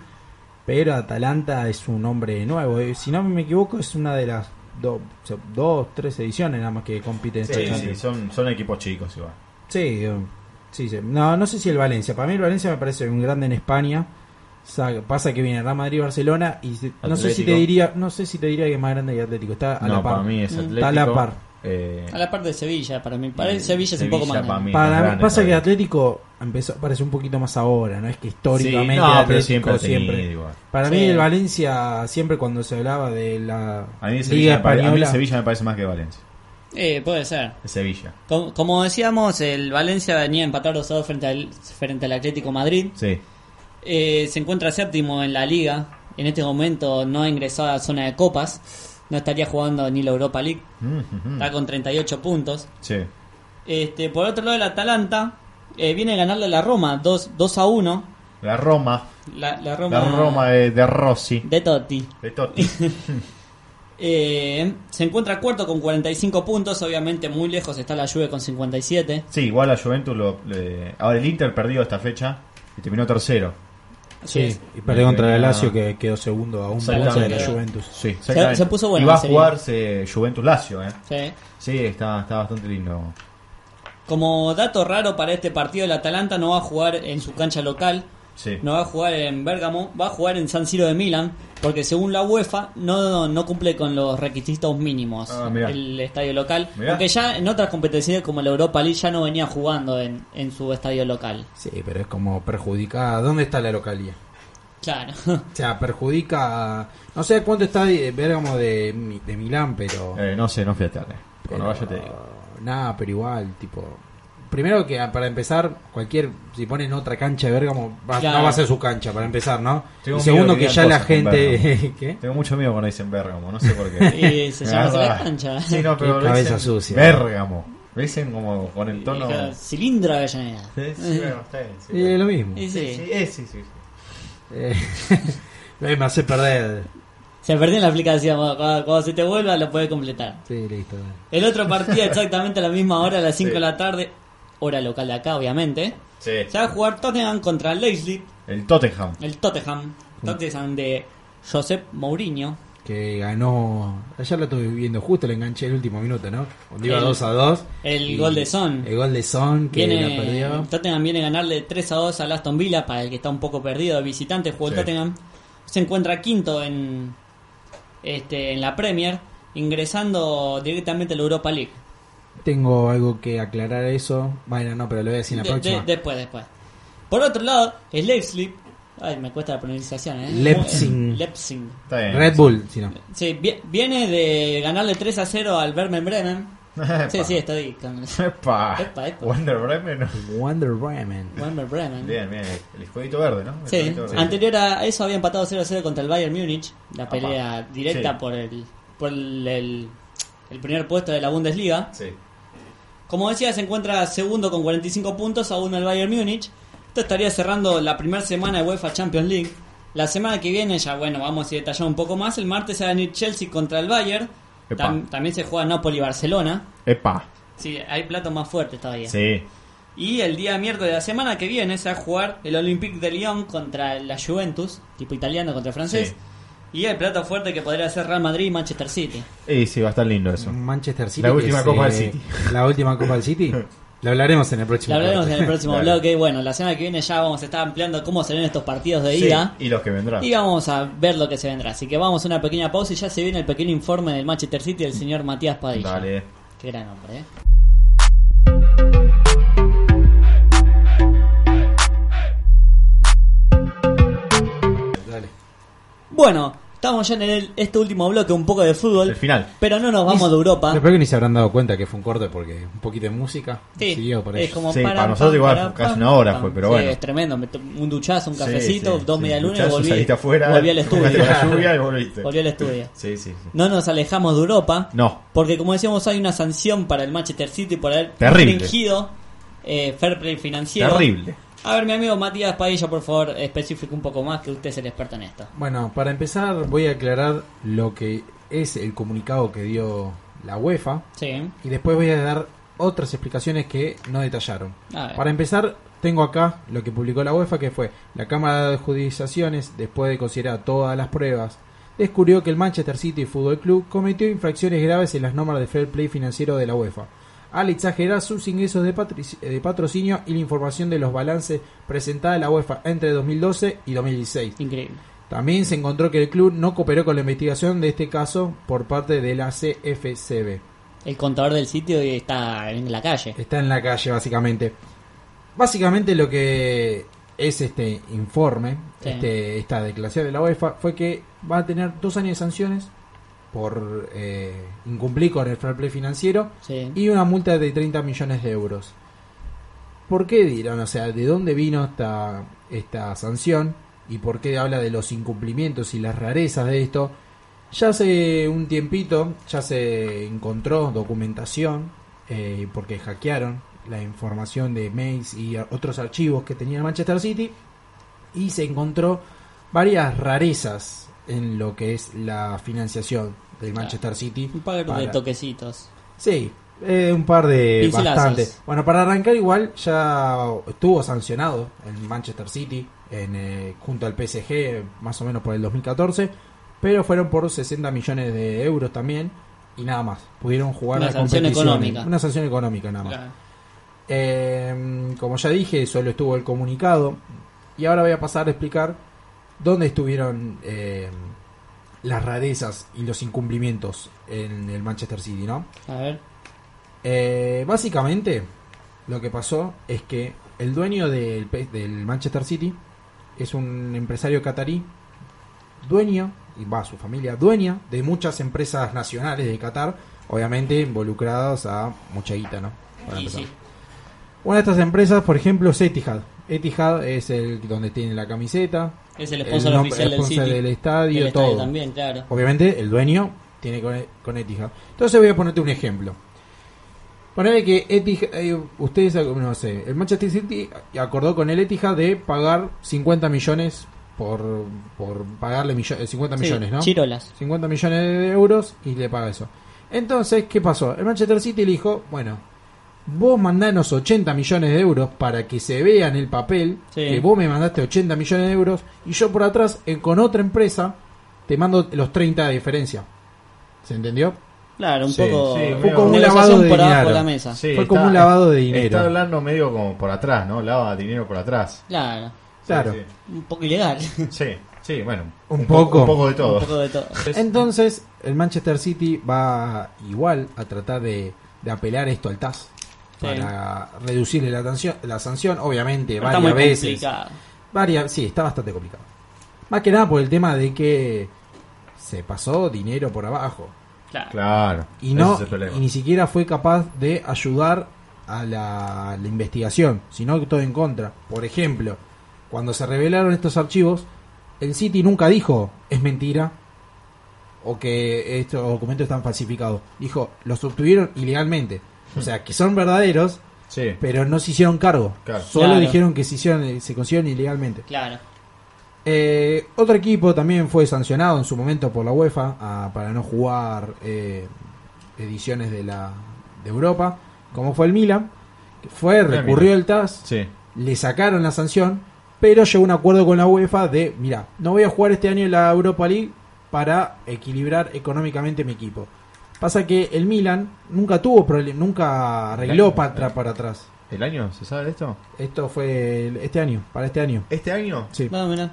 [SPEAKER 3] Pero Atalanta es un hombre nuevo. eh, Si no me equivoco, es una de las do- o sea, dos, tres ediciones nada más que compite en esta
[SPEAKER 2] Sí, sí,
[SPEAKER 3] Champions.
[SPEAKER 2] son, son equipos chicos igual.
[SPEAKER 3] Sí, eh, sí, sí. No, no sé si el Valencia. Para mí el Valencia me parece un grande en España. Sa- Pasa que viene Real Madrid, Barcelona y se- no sé si te
[SPEAKER 2] Atlético.
[SPEAKER 3] diría, no sé si te diría que es más grande que Atlético. Está a
[SPEAKER 2] no,
[SPEAKER 3] la par.
[SPEAKER 2] para mí es
[SPEAKER 1] Mm.
[SPEAKER 2] Atlético.
[SPEAKER 3] Está a la par.
[SPEAKER 2] eh,
[SPEAKER 1] A la parte de Sevilla, para mí. Para el
[SPEAKER 2] Eh,
[SPEAKER 1] Sevilla es
[SPEAKER 2] Sevilla
[SPEAKER 1] un poco más.
[SPEAKER 2] para
[SPEAKER 1] grande.
[SPEAKER 2] mí.
[SPEAKER 3] Para
[SPEAKER 2] más grande
[SPEAKER 3] pasa que
[SPEAKER 2] todavía.
[SPEAKER 3] Atlético empezó parece un poquito más ahora, no es que históricamente
[SPEAKER 2] sí, no, pero
[SPEAKER 3] Atlético
[SPEAKER 2] siempre, ha tenido
[SPEAKER 3] siempre.
[SPEAKER 2] igual.
[SPEAKER 3] Para
[SPEAKER 1] Sí.
[SPEAKER 3] mí el Valencia siempre cuando se hablaba de la
[SPEAKER 2] A mí,
[SPEAKER 3] liga
[SPEAKER 2] Sevilla, me pare- a mí
[SPEAKER 3] española
[SPEAKER 2] Sevilla me parece más que Valencia.
[SPEAKER 1] Eh, puede ser.
[SPEAKER 2] Es Sevilla.
[SPEAKER 1] Com- Como decíamos, el Valencia venía a empatar 2 2 frente al, frente al Atlético Madrid.
[SPEAKER 2] Sí.
[SPEAKER 1] Eh, se encuentra séptimo en la liga. En este momento no ha ingresado a la zona de copas. No estaría jugando ni la Europa League.
[SPEAKER 2] Mm, mm, mm.
[SPEAKER 1] Está con 38 puntos.
[SPEAKER 2] Sí.
[SPEAKER 1] Este, por otro lado, el Atalanta eh, viene a ganarle a la Roma 2, 2 a 1.
[SPEAKER 2] La Roma.
[SPEAKER 1] La, la Roma,
[SPEAKER 2] La Roma de, de Rossi.
[SPEAKER 1] de Totti.
[SPEAKER 2] De Totti.
[SPEAKER 1] Eh, se encuentra cuarto con 45 puntos. Obviamente, muy lejos está la Juve con 57.
[SPEAKER 2] Sí, igual a Juventus. Lo, le- Ahora el Inter perdió esta fecha y terminó tercero.
[SPEAKER 1] Así
[SPEAKER 3] Sí,
[SPEAKER 1] es.
[SPEAKER 3] y perdió contra el
[SPEAKER 2] Venía-
[SPEAKER 3] Lazio que quedó segundo a un punto de
[SPEAKER 2] Exactamente.
[SPEAKER 3] la Juventus.
[SPEAKER 2] Sí, exactamente.
[SPEAKER 1] se puso buena
[SPEAKER 2] Y va
[SPEAKER 1] la
[SPEAKER 2] a
[SPEAKER 1] serie.
[SPEAKER 2] jugarse Juventus Lazio, ¿eh?
[SPEAKER 1] Sí.
[SPEAKER 2] Sí, está, está bastante lindo.
[SPEAKER 1] Como dato raro para este partido, el Atalanta no va a jugar en su cancha local,
[SPEAKER 2] Sí.
[SPEAKER 1] no va a jugar en Bérgamo, va a jugar en San Siro de Milán, porque según la UEFA no, no cumple con los requisitos mínimos
[SPEAKER 2] Ah, mirá.
[SPEAKER 1] el estadio local,
[SPEAKER 2] Mirá.
[SPEAKER 1] porque ya en otras competencias como la Europa League ya no venía jugando en, en su estadio local.
[SPEAKER 3] Sí, pero es como perjudicada. ¿Dónde está la localía?
[SPEAKER 1] Claro.
[SPEAKER 3] O sea, perjudica. a- No sé cuánto está eh, Bérgamo de, Mi- de Milán, pero.
[SPEAKER 2] Eh, no sé, no fui a tarde. Cuando
[SPEAKER 3] pero,
[SPEAKER 2] vaya te digo.
[SPEAKER 3] Nada, pero igual, tipo. Primero que ah, para empezar, cualquier. Si ponen otra cancha de Bérgamo, va-
[SPEAKER 1] Claro.
[SPEAKER 3] no va a ser su cancha, para empezar, ¿no?
[SPEAKER 2] Tengo miedo
[SPEAKER 3] y segundo
[SPEAKER 2] que
[SPEAKER 3] que
[SPEAKER 2] digan
[SPEAKER 3] ya la
[SPEAKER 2] cosas con
[SPEAKER 3] gente. ¿Qué?
[SPEAKER 2] Tengo mucho miedo cuando dicen Bérgamo, no sé por qué.
[SPEAKER 1] Y se llama
[SPEAKER 2] Ah,
[SPEAKER 1] así la
[SPEAKER 2] ah.
[SPEAKER 1] cancha.
[SPEAKER 2] Sí, no,
[SPEAKER 3] Qué
[SPEAKER 2] pero lo
[SPEAKER 3] cabeza
[SPEAKER 2] dicen
[SPEAKER 3] sucia.
[SPEAKER 2] Bérgamo. Lo dicen como con el tono.
[SPEAKER 1] Deja Cilindro de Avellaneda.
[SPEAKER 2] Sí, sí, bueno, está bien, sí,
[SPEAKER 3] Y es Eh, lo mismo.
[SPEAKER 1] Y
[SPEAKER 2] Sí,
[SPEAKER 1] Eh. sí,
[SPEAKER 2] sí, eh, sí, sí, sí.
[SPEAKER 3] Eh, me hace perder.
[SPEAKER 1] Se perdió en la aplicación, cuando, cuando se te vuelva lo puedes completar.
[SPEAKER 3] Sí, listo. dale.
[SPEAKER 1] El otro partido exactamente a la misma hora, a las 5
[SPEAKER 2] Sí.
[SPEAKER 1] de la tarde, hora local de acá, obviamente.
[SPEAKER 2] Sí.
[SPEAKER 1] Se va a jugar Tottenham contra Leipzig,
[SPEAKER 2] El Tottenham.
[SPEAKER 1] el Tottenham,
[SPEAKER 3] Mm.
[SPEAKER 1] Tottenham de Josep Mourinho.
[SPEAKER 3] que ganó. Ayer la estuve viendo justo, le enganché el último minuto, ¿no? Cuando iba
[SPEAKER 1] El-
[SPEAKER 3] 2 a 2.
[SPEAKER 1] el
[SPEAKER 3] y-
[SPEAKER 1] gol de Son.
[SPEAKER 3] El gol de Son que la
[SPEAKER 1] Viene,
[SPEAKER 3] perdió.
[SPEAKER 1] Tottenham viene a ganarle 3 a 2 al Aston Villa, para el que está un poco perdido de visitante, jugó el
[SPEAKER 2] Sí.
[SPEAKER 1] Tottenham. Se encuentra quinto en, este, en la Premier, ingresando directamente a la Europa League.
[SPEAKER 3] Tengo algo que aclarar eso. Bueno, no, pero lo voy a decir en la
[SPEAKER 1] De- de-
[SPEAKER 3] próxima.
[SPEAKER 1] después, después. Por otro lado, el Leipzig. Ay, me cuesta la pronunciación, ¿eh?
[SPEAKER 3] Leipzig.
[SPEAKER 1] Leipzig.
[SPEAKER 2] Está bien.
[SPEAKER 3] Red Bull, si no.
[SPEAKER 1] Sí, vi- viene de ganarle 3 a 0 al Bremen Bremen. Sí,
[SPEAKER 2] Epa.
[SPEAKER 1] sí, estoy con
[SPEAKER 2] Epa.
[SPEAKER 1] Epa, epa.
[SPEAKER 2] Wonder Bremen. ¿no?
[SPEAKER 3] Wonder Bremen.
[SPEAKER 1] Bremen Bremen.
[SPEAKER 2] Bien, bien. El jueguito verde, ¿no? El
[SPEAKER 1] Sí,
[SPEAKER 2] jueguito verde.
[SPEAKER 1] anterior a eso había empatado 0 a 0 contra el Bayern Múnich. La
[SPEAKER 2] Apa.
[SPEAKER 1] pelea directa
[SPEAKER 2] Sí.
[SPEAKER 1] por el por el, el- el primer puesto de la Bundesliga.
[SPEAKER 2] Sí.
[SPEAKER 1] Como decía, se encuentra segundo con 45 puntos a uno el Bayern Múnich. Esto estaría cerrando la primera semana de UEFA Champions League. La semana que viene ya, bueno, vamos a detallar un poco más. El martes se va a venir Chelsea contra el Bayern.
[SPEAKER 2] Epa.
[SPEAKER 1] Tam- también se juega Napoli-Barcelona.
[SPEAKER 2] Epa.
[SPEAKER 1] Sí, hay platos más fuertes todavía.
[SPEAKER 2] Sí.
[SPEAKER 1] Y el día miércoles de la semana que viene se va a jugar el Olympique de Lyon contra la Juventus, tipo italiano contra francés.
[SPEAKER 2] Sí.
[SPEAKER 1] Y el plato fuerte que podría ser Real Madrid y Manchester City.
[SPEAKER 2] Y sí, va a estar lindo eso.
[SPEAKER 3] Manchester City.
[SPEAKER 2] La
[SPEAKER 3] que
[SPEAKER 2] última
[SPEAKER 3] se-
[SPEAKER 2] Copa del City.
[SPEAKER 3] La última Copa del City. La hablaremos en el próximo.
[SPEAKER 1] Lo hablaremos en
[SPEAKER 3] corte.
[SPEAKER 1] el próximo
[SPEAKER 2] Dale.
[SPEAKER 1] bloque. Bueno, la semana que viene ya vamos a estar ampliando cómo serán estos partidos de
[SPEAKER 2] Sí,
[SPEAKER 1] ida.
[SPEAKER 2] Y los que vendrán.
[SPEAKER 1] Y vamos a ver lo que se vendrá. Así que vamos a una pequeña pausa y ya se viene el pequeño informe del Manchester City del señor Matías Padilla.
[SPEAKER 2] Dale.
[SPEAKER 1] Qué gran hombre, ¿eh?
[SPEAKER 3] Dale.
[SPEAKER 1] Bueno, estamos ya en el- este último bloque, un poco de fútbol.
[SPEAKER 2] El final.
[SPEAKER 1] Pero no nos vamos de Europa.
[SPEAKER 3] Yo creo que ni se habrán dado cuenta que fue un corte porque un poquito de música.
[SPEAKER 1] Sí,
[SPEAKER 3] siguió para
[SPEAKER 1] es
[SPEAKER 3] ellos.
[SPEAKER 1] como
[SPEAKER 2] Sí,
[SPEAKER 1] param,
[SPEAKER 2] para nosotros
[SPEAKER 1] pam,
[SPEAKER 2] igual
[SPEAKER 1] param,
[SPEAKER 2] casi
[SPEAKER 1] pam,
[SPEAKER 2] una hora
[SPEAKER 1] pam.
[SPEAKER 2] fue, pero
[SPEAKER 1] Sí,
[SPEAKER 2] bueno.
[SPEAKER 1] es tremendo. me to- Un duchazo, un
[SPEAKER 2] Sí,
[SPEAKER 1] cafecito,
[SPEAKER 2] sí,
[SPEAKER 1] dos
[SPEAKER 2] sí.
[SPEAKER 1] medialunas y
[SPEAKER 2] Duchazo,
[SPEAKER 1] volví,
[SPEAKER 2] saliste afuera,
[SPEAKER 1] volví al estudio.
[SPEAKER 2] jugaste con la lluvia y volviste.
[SPEAKER 1] volví al estudio.
[SPEAKER 2] Sí, sí, sí.
[SPEAKER 1] No nos alejamos de Europa.
[SPEAKER 2] No.
[SPEAKER 1] Porque, como decíamos, hay una sanción para el Manchester City por haber
[SPEAKER 2] Terrible.
[SPEAKER 1] infringido eh, fair play financiero.
[SPEAKER 2] Terrible.
[SPEAKER 1] A ver, mi amigo Matías Padilla, por favor, especifique un poco más que usted es el experto en esto.
[SPEAKER 3] Bueno, para empezar voy a aclarar lo que es el comunicado que dio la UEFA
[SPEAKER 1] Sí.
[SPEAKER 3] y después voy a dar otras explicaciones que no detallaron.
[SPEAKER 1] A ver.
[SPEAKER 3] Para empezar, tengo acá lo que publicó la UEFA, que fue la Cámara de Judicializaciones, después de considerar todas las pruebas, descubrió que el Manchester City Fútbol Club cometió infracciones graves en las normas de fair play financiero de la UEFA, al exagerar sus ingresos de, patrici- de patrocinio y la información de los balances presentada a la UEFA entre 2012 y 2016.
[SPEAKER 1] Increíble.
[SPEAKER 3] También se encontró que el club no cooperó con la investigación de este caso por parte de la CFCB.
[SPEAKER 1] El contador del sitio está en la calle.
[SPEAKER 3] Está en la calle, básicamente. Básicamente lo que es este informe,
[SPEAKER 1] Sí.
[SPEAKER 3] este, esta declaración de la UEFA, fue que va a tener dos años de sanciones por eh, incumplir con el fair play financiero
[SPEAKER 1] Sí.
[SPEAKER 3] y una multa de 30 millones de euros. ¿Por qué dirán? O sea, ¿de dónde vino esta, esta sanción? ¿Y por qué habla de los incumplimientos y las rarezas de esto? Ya hace un tiempito ya se encontró documentación eh, porque hackearon la información de mails y a- otros archivos que tenía el Manchester City y se encontró varias rarezas en lo que es la financiación del Manchester City.
[SPEAKER 1] Un par de
[SPEAKER 3] para-
[SPEAKER 1] toquecitos.
[SPEAKER 3] Sí, Eh, un par de
[SPEAKER 1] Pincelazos.
[SPEAKER 3] bastante. Bueno, para arrancar igual ya estuvo sancionado en Manchester City en, eh, junto al PSG más o menos por el 2014, pero fueron por 60 millones de euros también y nada más. Pudieron jugar
[SPEAKER 1] Una
[SPEAKER 3] las
[SPEAKER 1] sanción
[SPEAKER 3] competiciones.
[SPEAKER 1] económica.
[SPEAKER 3] Una sanción económica nada más.
[SPEAKER 1] Claro.
[SPEAKER 3] Eh, como ya dije, solo estuvo el comunicado. Y ahora voy a pasar a explicar dónde estuvieron eh, las rarezas y los incumplimientos en el Manchester City, ¿no?
[SPEAKER 1] A ver.
[SPEAKER 3] Eh, básicamente, lo que pasó es que el dueño del, P- del Manchester City es un empresario catarí, dueño, y va su familia, dueña de muchas empresas nacionales de Qatar, obviamente involucradas a mucha guita, ¿no? Para
[SPEAKER 1] Y
[SPEAKER 3] empezar.
[SPEAKER 1] sí.
[SPEAKER 3] Una de estas empresas, por ejemplo, es Etihad. Etihad es el donde tiene la camiseta,
[SPEAKER 1] Es el sponsor
[SPEAKER 3] nom-
[SPEAKER 1] oficial del
[SPEAKER 3] sponsor
[SPEAKER 1] City.
[SPEAKER 3] del estadio,
[SPEAKER 1] Del
[SPEAKER 3] todo.
[SPEAKER 1] estadio también, claro.
[SPEAKER 3] Obviamente el dueño tiene con, con Etihad. Entonces voy a ponerte un ejemplo. Ponele que Etihad, eh, ustedes, no sé, el Manchester City acordó con el Etihad de pagar 50 millones por, por pagarle millo- eh, 50
[SPEAKER 1] Sí,
[SPEAKER 3] millones, ¿no?
[SPEAKER 1] Chirolas.
[SPEAKER 3] 50 millones de euros y le paga eso. Entonces, ¿qué pasó? El Manchester City le dijo, bueno, vos mandanos 80 millones de euros para que se vea en el papel
[SPEAKER 1] Sí.
[SPEAKER 3] que vos me mandaste 80 millones de euros y yo por atrás, en- con otra empresa, te mando los 30 de diferencia. ¿Se entendió?
[SPEAKER 1] Claro, un
[SPEAKER 3] Sí,
[SPEAKER 1] poco.
[SPEAKER 2] sí,
[SPEAKER 3] Fue
[SPEAKER 2] medio-
[SPEAKER 3] como un
[SPEAKER 1] negociación
[SPEAKER 3] lavado de
[SPEAKER 1] por abajo de la
[SPEAKER 3] dinero.
[SPEAKER 1] mesa.
[SPEAKER 3] Fue como un lavado de dinero.
[SPEAKER 2] Está hablando medio como por atrás, ¿no? Lava dinero por atrás.
[SPEAKER 1] Claro.
[SPEAKER 2] Sí,
[SPEAKER 3] Claro.
[SPEAKER 2] Sí,
[SPEAKER 1] Un poco ilegal.
[SPEAKER 2] sí, sí, bueno.
[SPEAKER 3] Un
[SPEAKER 2] po-
[SPEAKER 3] poco.
[SPEAKER 2] Un poco de
[SPEAKER 1] un
[SPEAKER 2] todo.
[SPEAKER 1] poco de todo.
[SPEAKER 3] Entonces, el Manchester City va igual a tratar de, de apelar esto al TAS para reducirle la, tancio- la sanción, obviamente,
[SPEAKER 1] Pero está
[SPEAKER 3] varias
[SPEAKER 1] muy
[SPEAKER 3] veces.
[SPEAKER 1] complicado.
[SPEAKER 3] Varias, sí, está bastante complicado. Más que nada por el tema de que se pasó dinero por abajo
[SPEAKER 1] Claro.
[SPEAKER 2] Claro.
[SPEAKER 3] y
[SPEAKER 2] ese
[SPEAKER 3] no
[SPEAKER 2] es el problema.
[SPEAKER 3] y ni siquiera fue capaz de ayudar a la, la investigación, sino que todo en contra. Por ejemplo, cuando se revelaron estos archivos, el City nunca dijo es mentira o que estos documentos están falsificados. Dijo, los obtuvieron ilegalmente. O sea, que son verdaderos,
[SPEAKER 2] Sí.
[SPEAKER 3] pero no se hicieron cargo.
[SPEAKER 2] Claro.
[SPEAKER 3] Solo
[SPEAKER 1] Claro.
[SPEAKER 3] dijeron que se, hicieron, se consiguieron ilegalmente.
[SPEAKER 1] Claro.
[SPEAKER 3] Eh, otro equipo también fue sancionado en su momento por la UEFA ah, para no jugar eh, ediciones de la de Europa, como fue el Milan, que fue, recurrió
[SPEAKER 2] Milan.
[SPEAKER 3] el TAS,
[SPEAKER 2] Sí.
[SPEAKER 3] le sacaron la sanción, pero llegó a un acuerdo con la UEFA de, mira, no voy a jugar este año en la Europa League para equilibrar económicamente mi equipo. Pasa que el Milan nunca tuvo problema, nunca
[SPEAKER 2] Claro,
[SPEAKER 3] arregló para,
[SPEAKER 2] claro.
[SPEAKER 3] para atrás.
[SPEAKER 2] ¿El año? ¿Se sabe de esto?
[SPEAKER 3] Esto fue el- este año, para este año.
[SPEAKER 2] ¿Este año?
[SPEAKER 3] Sí.
[SPEAKER 1] Vamos, mirá.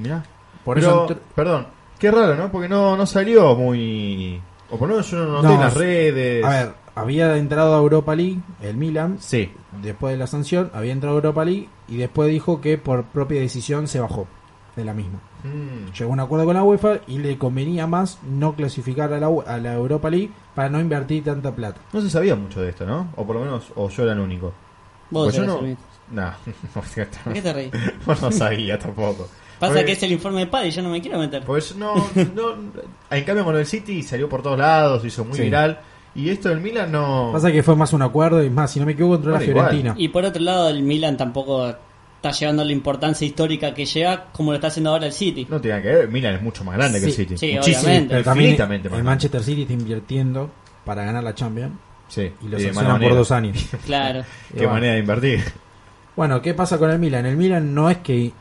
[SPEAKER 2] Mirá.
[SPEAKER 3] Por
[SPEAKER 2] Pero,
[SPEAKER 3] eso entró-
[SPEAKER 2] perdón, qué raro, ¿no? Porque no, no salió muy... O por lo menos yo no noté
[SPEAKER 3] No,
[SPEAKER 2] en las
[SPEAKER 3] sí.
[SPEAKER 2] redes.
[SPEAKER 3] A ver, había entrado a Europa League, el Milan,
[SPEAKER 2] Sí,
[SPEAKER 3] después de la sanción, había entrado a Europa League y después dijo que por propia decisión se bajó de la misma.
[SPEAKER 2] Mm,
[SPEAKER 3] Llegó a un acuerdo con la UEFA y le convenía más no clasificar a la, U- a la Europa League para no invertir tanta plata.
[SPEAKER 2] No se sabía mucho de esto, ¿no? O por lo menos, o yo era el único.
[SPEAKER 1] Vos
[SPEAKER 2] Pues yo
[SPEAKER 1] te
[SPEAKER 2] no...
[SPEAKER 1] resumís.
[SPEAKER 2] Nah, no,
[SPEAKER 1] ¿Por qué te reís?
[SPEAKER 2] no sabía tampoco.
[SPEAKER 1] Pasa
[SPEAKER 2] Porque-
[SPEAKER 1] que es el informe de Paddy, yo no me quiero meter.
[SPEAKER 2] Pues no, no... En cambio con el City salió por todos lados, se hizo muy
[SPEAKER 3] Sí.
[SPEAKER 2] viral. Y esto del Milan no...
[SPEAKER 3] Pasa que fue más un acuerdo y más, si no me equivoco, entró la
[SPEAKER 2] Oh. Bueno, igual.
[SPEAKER 3] Fiorentina.
[SPEAKER 1] Y por otro lado, el Milan tampoco está llevando la importancia histórica que lleva como lo está haciendo ahora el City.
[SPEAKER 2] No tenía que ver, Milan es mucho más grande que el
[SPEAKER 3] Sí,
[SPEAKER 2] City.
[SPEAKER 1] sí,
[SPEAKER 2] Muchísimo,
[SPEAKER 1] obviamente.
[SPEAKER 3] Pero también
[SPEAKER 2] infinitamente más
[SPEAKER 3] el
[SPEAKER 2] grande.
[SPEAKER 3] Manchester City está invirtiendo para ganar la Champions
[SPEAKER 2] Sí,
[SPEAKER 3] y
[SPEAKER 2] de
[SPEAKER 3] lo
[SPEAKER 2] mala
[SPEAKER 3] sancionan por
[SPEAKER 2] manera.
[SPEAKER 3] dos años.
[SPEAKER 1] Claro.
[SPEAKER 3] Y
[SPEAKER 2] Qué
[SPEAKER 3] va.
[SPEAKER 2] manera de invertir.
[SPEAKER 3] Bueno, ¿qué pasa con el Milan? El Milan no es que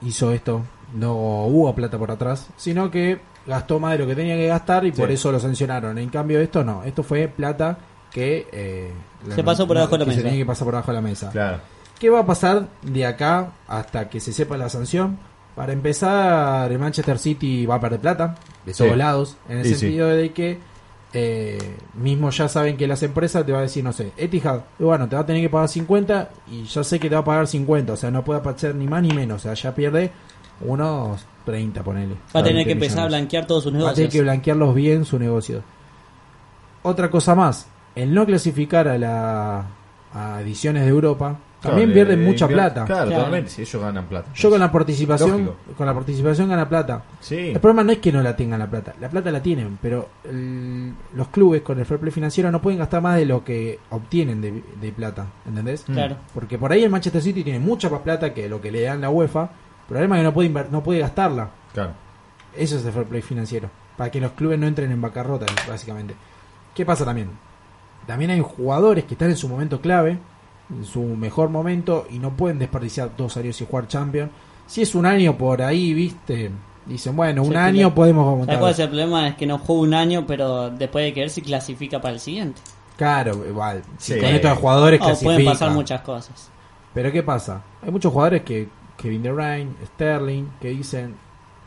[SPEAKER 3] hizo esto, no hubo plata por atrás, sino que gastó más de lo que tenía que gastar y
[SPEAKER 2] Sí.
[SPEAKER 3] por eso lo sancionaron. En cambio, esto no, esto fue plata que eh, la-
[SPEAKER 1] Se pasó por
[SPEAKER 3] no-
[SPEAKER 1] abajo de la
[SPEAKER 3] que
[SPEAKER 1] mesa.
[SPEAKER 3] Se tenía que pasar por abajo de la mesa.
[SPEAKER 2] Claro.
[SPEAKER 3] ¿Qué va a pasar de acá hasta que se sepa la sanción? Para empezar, el Manchester City va a perder plata, de
[SPEAKER 2] Sí.
[SPEAKER 3] todos lados, en el
[SPEAKER 2] Sí, sí.
[SPEAKER 3] sentido de que eh, mismo ya saben que las empresas te va a decir, no sé, Etihad, y bueno, te va a tener que pagar 50 y ya sé que te va a pagar 50, o sea, no puede aparecer ni más ni menos, o sea, ya pierde unos 30, ponele.
[SPEAKER 1] Va a tener
[SPEAKER 3] 20
[SPEAKER 1] que empezar a
[SPEAKER 3] millones.
[SPEAKER 1] blanquear todos sus
[SPEAKER 3] Va a tener
[SPEAKER 1] negocios.
[SPEAKER 3] que blanquearlos bien su negocio. Otra cosa más, el no clasificar a la a ediciones de Europa también
[SPEAKER 2] Claro,
[SPEAKER 3] pierden
[SPEAKER 2] eh,
[SPEAKER 3] mucha
[SPEAKER 2] invier-
[SPEAKER 3] plata.
[SPEAKER 2] Claro,
[SPEAKER 1] Claro.
[SPEAKER 2] totalmente. Si ellos ganan plata.
[SPEAKER 3] Yo con la participación,
[SPEAKER 2] Lógico.
[SPEAKER 3] con la participación gana plata.
[SPEAKER 2] Sí.
[SPEAKER 3] El problema no es que no la tengan la plata, la plata la tienen, pero el- los clubes con el fair play financiero no pueden gastar más de lo que obtienen de, de plata, ¿entendés?
[SPEAKER 2] Mm.
[SPEAKER 1] Claro.
[SPEAKER 3] Porque por ahí el Manchester City tiene mucha más plata que lo que le dan la UEFA, el problema es que no puede, inver- no puede gastarla.
[SPEAKER 2] Claro.
[SPEAKER 3] Eso es el fair play financiero. Para que los clubes no entren en bancarrota, básicamente. ¿Qué pasa también? También hay jugadores que están en su momento clave, en su mejor momento, y no pueden desperdiciar dos años y jugar Champions. Si es un año por ahí, viste, dicen, bueno,
[SPEAKER 1] Sí,
[SPEAKER 3] un
[SPEAKER 1] claro.
[SPEAKER 3] año podemos
[SPEAKER 1] ¿Sabes cuál es
[SPEAKER 3] montar.
[SPEAKER 1] el problema? Es que no juega un año, pero después de que ver si clasifica para el siguiente.
[SPEAKER 3] Claro, igual, si
[SPEAKER 2] Sí.
[SPEAKER 3] con estos jugadores
[SPEAKER 1] O Oh, pueden pasar
[SPEAKER 3] clasifican.
[SPEAKER 1] muchas cosas.
[SPEAKER 3] Pero ¿qué pasa? Hay muchos jugadores que Kevin De Bruyne, Sterling, que dicen,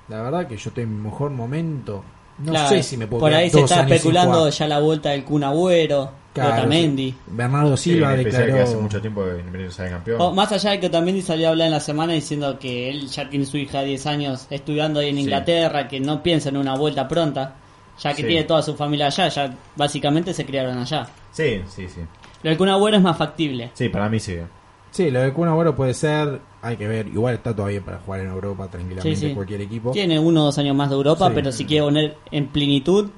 [SPEAKER 3] la verdad que yo estoy en mi mejor momento. No
[SPEAKER 1] Claro,
[SPEAKER 3] sé si me puedo
[SPEAKER 1] Por
[SPEAKER 3] quedar
[SPEAKER 1] ahí se
[SPEAKER 3] dos
[SPEAKER 1] está
[SPEAKER 3] años sin
[SPEAKER 1] especulando
[SPEAKER 3] jugar".
[SPEAKER 1] ya la vuelta del Kun Agüero,
[SPEAKER 3] Claro,
[SPEAKER 1] Otamendi.
[SPEAKER 3] sí. Bernardo Silva
[SPEAKER 2] en especial
[SPEAKER 3] declaró
[SPEAKER 2] que hace mucho tiempo que Independiente sale campeón.
[SPEAKER 1] O, Oh, más allá de que Otamendi salió a hablar en la semana diciendo que él ya tiene su hija de 10 años estudiando ahí en
[SPEAKER 2] Sí.
[SPEAKER 1] Inglaterra, que no piensa en una vuelta pronta, ya que
[SPEAKER 2] Sí.
[SPEAKER 1] tiene toda su familia allá, ya básicamente se criaron allá.
[SPEAKER 2] Sí, sí, sí.
[SPEAKER 1] Lo del Kun Agüero es más factible.
[SPEAKER 2] Sí, para mí sí.
[SPEAKER 3] Sí, lo de Kun Agüero puede ser, hay que ver, igual está todavía para jugar en Europa tranquilamente
[SPEAKER 1] Sí, sí.
[SPEAKER 3] cualquier equipo.
[SPEAKER 1] Tiene uno o dos años más de Europa,
[SPEAKER 3] Sí.
[SPEAKER 1] pero si quiere poner en plenitud,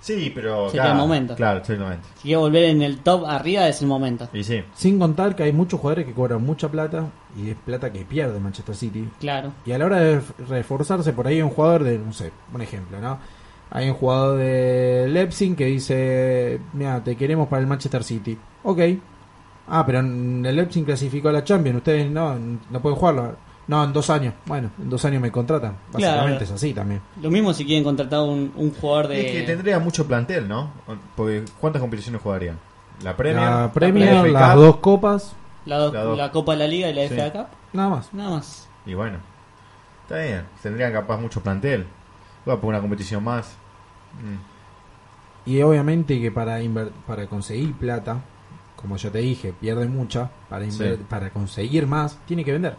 [SPEAKER 2] Sí, pero.
[SPEAKER 1] Sería el momento.
[SPEAKER 2] Claro, exactamente.
[SPEAKER 1] si quiere volver en el top arriba, es el momento.
[SPEAKER 2] Y sí.
[SPEAKER 3] Sin contar que hay muchos jugadores que cobran mucha plata y es plata que pierde Manchester City.
[SPEAKER 1] Claro.
[SPEAKER 3] Y a la hora de reforzarse, por ahí hay un jugador de, no sé, un ejemplo, ¿no? Hay un jugador de Leipzig que dice, mira, te queremos para el Manchester City. Ok. Ah, pero en el Leipzig clasificó a la Champions, ustedes no, no pueden jugarlo. No, en dos años. Bueno, en dos años me contratan. Básicamente
[SPEAKER 1] Claro.
[SPEAKER 3] es así también.
[SPEAKER 1] Lo mismo si quieren contratar un, un jugador de...
[SPEAKER 2] Es que tendría mucho plantel, ¿no? Porque ¿cuántas competiciones jugarían? La Premier,
[SPEAKER 3] la Premier,
[SPEAKER 2] la FA
[SPEAKER 3] las
[SPEAKER 2] Cup,
[SPEAKER 3] dos copas,
[SPEAKER 1] La, do-
[SPEAKER 2] La do-
[SPEAKER 1] la Copa de la Liga y la
[SPEAKER 2] Sí.
[SPEAKER 1] FA Cup,
[SPEAKER 3] nada más.
[SPEAKER 1] nada más.
[SPEAKER 2] Y bueno, está bien. Tendrían capaz mucho plantel. Bueno, por una competición más. Mm,
[SPEAKER 3] Y obviamente que para, inver- para conseguir plata, como yo te dije, pierde mucha. Para, inver-
[SPEAKER 2] Sí.
[SPEAKER 3] para conseguir más, tiene que vender.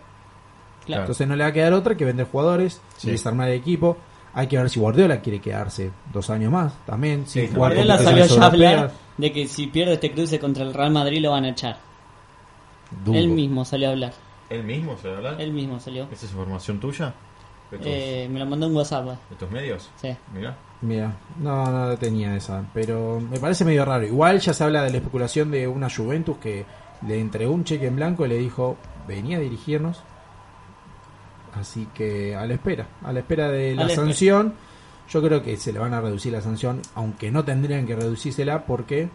[SPEAKER 1] Claro.
[SPEAKER 3] Entonces no le va a quedar otra que vender jugadores
[SPEAKER 2] Sí.
[SPEAKER 3] y desarmar el equipo. Hay que ver si Guardiola quiere quedarse dos años más también.
[SPEAKER 2] Sí,
[SPEAKER 3] sin
[SPEAKER 2] claro.
[SPEAKER 3] jugar
[SPEAKER 1] Guardiola salió
[SPEAKER 3] competiciones
[SPEAKER 1] ya a hablar
[SPEAKER 3] europeas.
[SPEAKER 1] de que si pierde este cruce contra el Real Madrid lo van a echar.
[SPEAKER 3] Dudo.
[SPEAKER 1] Él mismo salió a hablar.
[SPEAKER 2] ¿Él mismo se habla?
[SPEAKER 1] Él mismo salió.
[SPEAKER 2] ¿Esa es información tuya? ¿De tus,
[SPEAKER 1] Eh, me lo mandó en WhatsApp. eh.
[SPEAKER 2] de tus medios?
[SPEAKER 1] Sí.
[SPEAKER 2] Mira.
[SPEAKER 3] Mira, no, no la tenía esa. Pero me parece medio raro. Igual ya se habla de la especulación de una Juventus que le entregó un cheque en blanco y le dijo, venía a dirigirnos. Así que a la espera, a la espera de
[SPEAKER 1] A
[SPEAKER 3] la
[SPEAKER 1] la espera.
[SPEAKER 3] sanción. Yo creo que se le van a reducir la sanción, aunque no tendrían que reducírsela porque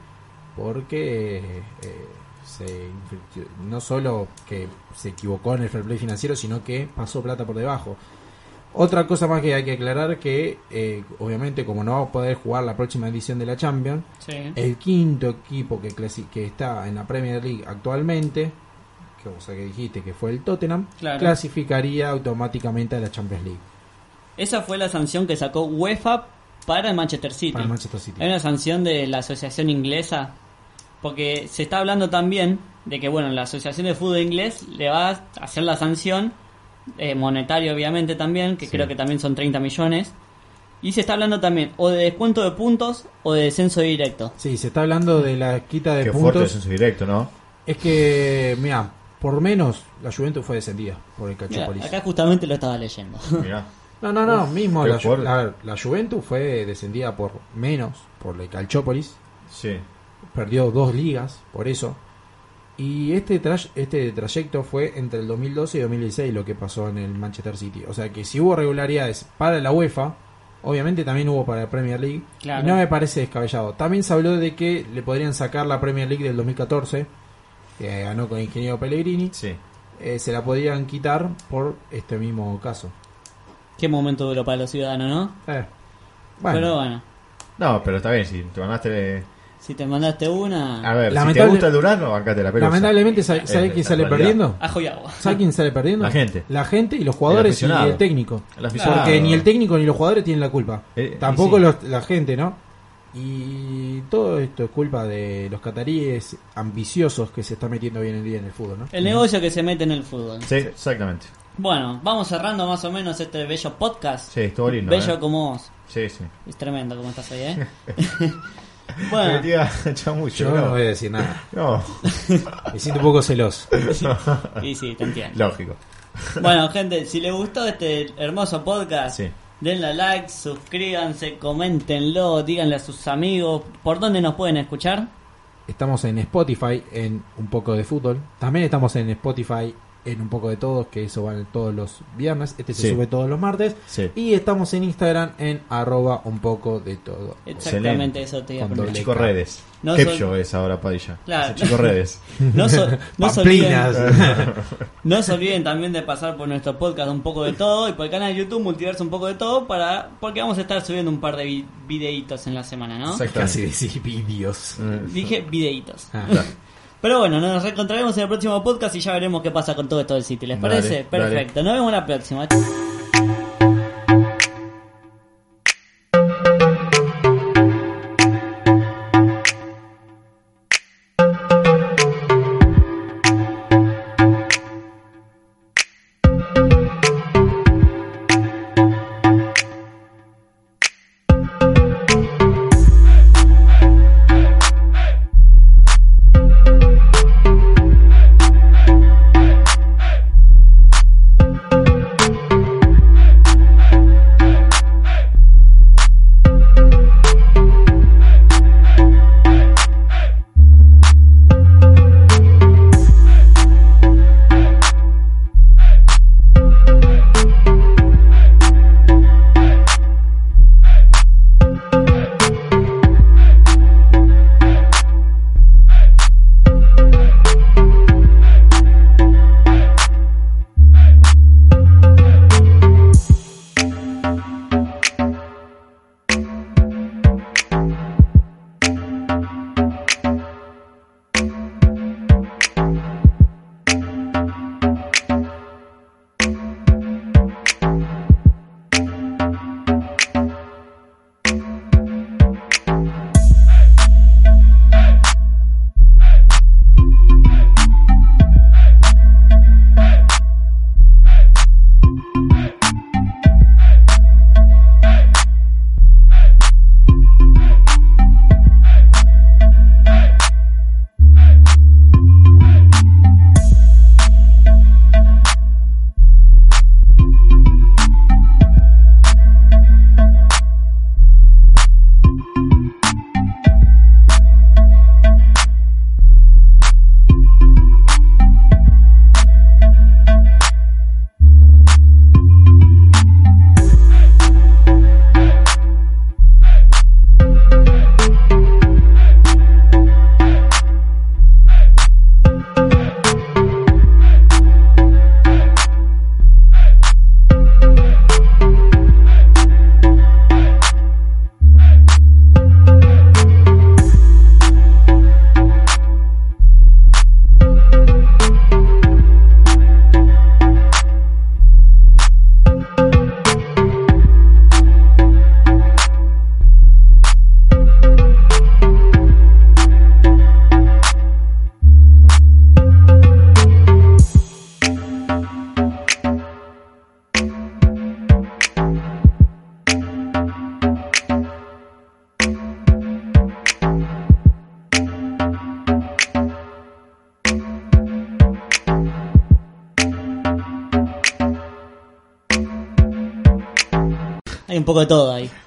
[SPEAKER 3] porque eh, eh, se infringió- no solo que se equivocó en el fair play financiero, sino que pasó plata por debajo. Otra cosa más que hay que aclarar que eh, obviamente como no va a poder jugar la próxima edición de la Champions, el quinto equipo que, clasi- que está en la Premier League actualmente, que, o sea que dijiste que fue el Tottenham,
[SPEAKER 1] Claro.
[SPEAKER 3] clasificaría automáticamente a la Champions League
[SPEAKER 1] Esa fue la sanción que sacó UEFA para el Manchester City.
[SPEAKER 3] para el Manchester City.
[SPEAKER 1] Hay una sanción de la Asociación Inglesa. Porque se está hablando también de que, bueno, la Asociación de Fútbol Inglés le va a hacer la sanción, eh, monetaria obviamente también, que
[SPEAKER 2] Sí.
[SPEAKER 1] creo que también son 30 millones. Y se está hablando también o de descuento de puntos o de descenso directo.
[SPEAKER 3] Sí, se está hablando de la quita de
[SPEAKER 2] Qué fuerte
[SPEAKER 3] puntos.
[SPEAKER 2] descenso directo, ¿no?
[SPEAKER 3] Es que, mira, por menos la Juventus fue descendida por el
[SPEAKER 1] Mira,
[SPEAKER 3] Cachopolis.
[SPEAKER 1] acá justamente lo estaba leyendo.
[SPEAKER 2] Mira.
[SPEAKER 3] No, no, no, mismo
[SPEAKER 2] qué
[SPEAKER 3] la, Ju-
[SPEAKER 2] fuerte.
[SPEAKER 3] la- la Juventus fue descendida por menos por el Calchópolis,
[SPEAKER 2] Sí.
[SPEAKER 3] perdió dos ligas por eso. Y este tray- este trayecto fue entre el 2012 y 2016 lo que pasó en el Manchester City. O sea que si hubo regularidades para la UEFA, obviamente también hubo para la Premier League.
[SPEAKER 1] Claro.
[SPEAKER 3] Y no me parece descabellado. También se habló de que le podrían sacar la Premier League del 2014, que ganó con el ingeniero Pellegrini.
[SPEAKER 2] Sí.
[SPEAKER 3] eh, se la podían quitar por este mismo caso.
[SPEAKER 1] Qué momento duro para los ciudadanos, ¿no?
[SPEAKER 3] Eh, bueno,
[SPEAKER 1] Pero bueno,
[SPEAKER 2] No, pero está bien, si te ganaste.
[SPEAKER 1] si te mandaste una...
[SPEAKER 2] A ver, si te
[SPEAKER 3] Lamentable-
[SPEAKER 2] gusta el Durano, bancate la pelota.
[SPEAKER 3] lamentablemente, ¿sabe, sabe
[SPEAKER 2] Es
[SPEAKER 3] quién
[SPEAKER 2] la
[SPEAKER 3] sale
[SPEAKER 2] realidad.
[SPEAKER 3] perdiendo?
[SPEAKER 1] Ajo y agua.
[SPEAKER 3] ¿Sabe quién sale perdiendo?
[SPEAKER 2] La gente.
[SPEAKER 3] La gente y los jugadores
[SPEAKER 2] El
[SPEAKER 3] y
[SPEAKER 2] aficionado.
[SPEAKER 3] el técnico.
[SPEAKER 2] El aficionado.
[SPEAKER 3] Porque ni el técnico ni los jugadores tienen la culpa.
[SPEAKER 2] Ah, Eh,
[SPEAKER 3] Tampoco
[SPEAKER 2] y sí.
[SPEAKER 3] los- la gente, ¿no? Y todo esto es culpa de los cataríes ambiciosos que se está metiendo hoy en el día en el fútbol, ¿no?
[SPEAKER 1] El negocio que se mete en el fútbol.
[SPEAKER 2] Sí, exactamente.
[SPEAKER 1] Bueno, vamos cerrando más o menos este bello podcast.
[SPEAKER 2] Sí, estuvo lindo.
[SPEAKER 1] bello
[SPEAKER 2] eh.
[SPEAKER 1] como vos.
[SPEAKER 2] Sí, sí.
[SPEAKER 1] Es tremendo como estás ahí, ¿eh?
[SPEAKER 2] Me
[SPEAKER 1] bueno,
[SPEAKER 2] metía chamuyo,
[SPEAKER 3] Yo no
[SPEAKER 2] no.
[SPEAKER 3] voy a decir nada.
[SPEAKER 2] No,
[SPEAKER 3] Me siento un poco celoso.
[SPEAKER 1] y sí, te entiendo.
[SPEAKER 2] lógico.
[SPEAKER 1] Bueno, gente, si les gustó este hermoso podcast,
[SPEAKER 2] Sí.
[SPEAKER 1] denle like, suscríbanse, coméntenlo, díganle a sus amigos por dónde nos pueden escuchar.
[SPEAKER 3] Estamos en Spotify, en un poco de fútbol. También estamos en Spotify, en un poco de todos, que eso van todos los viernes, este se
[SPEAKER 2] Sí.
[SPEAKER 3] sube todos los martes.
[SPEAKER 2] Sí.
[SPEAKER 3] Y estamos en Instagram en arroba un poco de todo.
[SPEAKER 1] Exactamente eso te iba a
[SPEAKER 3] Con
[SPEAKER 2] El
[SPEAKER 1] preguntar.
[SPEAKER 3] doble.
[SPEAKER 2] chico redes.
[SPEAKER 1] No
[SPEAKER 2] Kep
[SPEAKER 1] son-
[SPEAKER 2] Show es ahora Padilla.
[SPEAKER 1] Claro.
[SPEAKER 2] Es el chico redes.
[SPEAKER 1] No, so- no se olviden,
[SPEAKER 3] Pamplinas.
[SPEAKER 1] no se olviden también de pasar por nuestro podcast un poco de todo y por el canal de YouTube Multiverso un poco de todo para porque vamos a estar subiendo un par de vi- videitos en la semana, ¿no?
[SPEAKER 3] Casi decir vídeos.
[SPEAKER 2] Mm.
[SPEAKER 1] Dije videitos.
[SPEAKER 3] Ah.
[SPEAKER 1] Pero bueno, nos reencontraremos en el próximo podcast y ya veremos qué pasa con todo esto del sitio. ¿Les
[SPEAKER 2] Dale,
[SPEAKER 1] parece?
[SPEAKER 2] dale.
[SPEAKER 1] Perfecto. Nos vemos en la próxima. Hay un poco de todo ahí.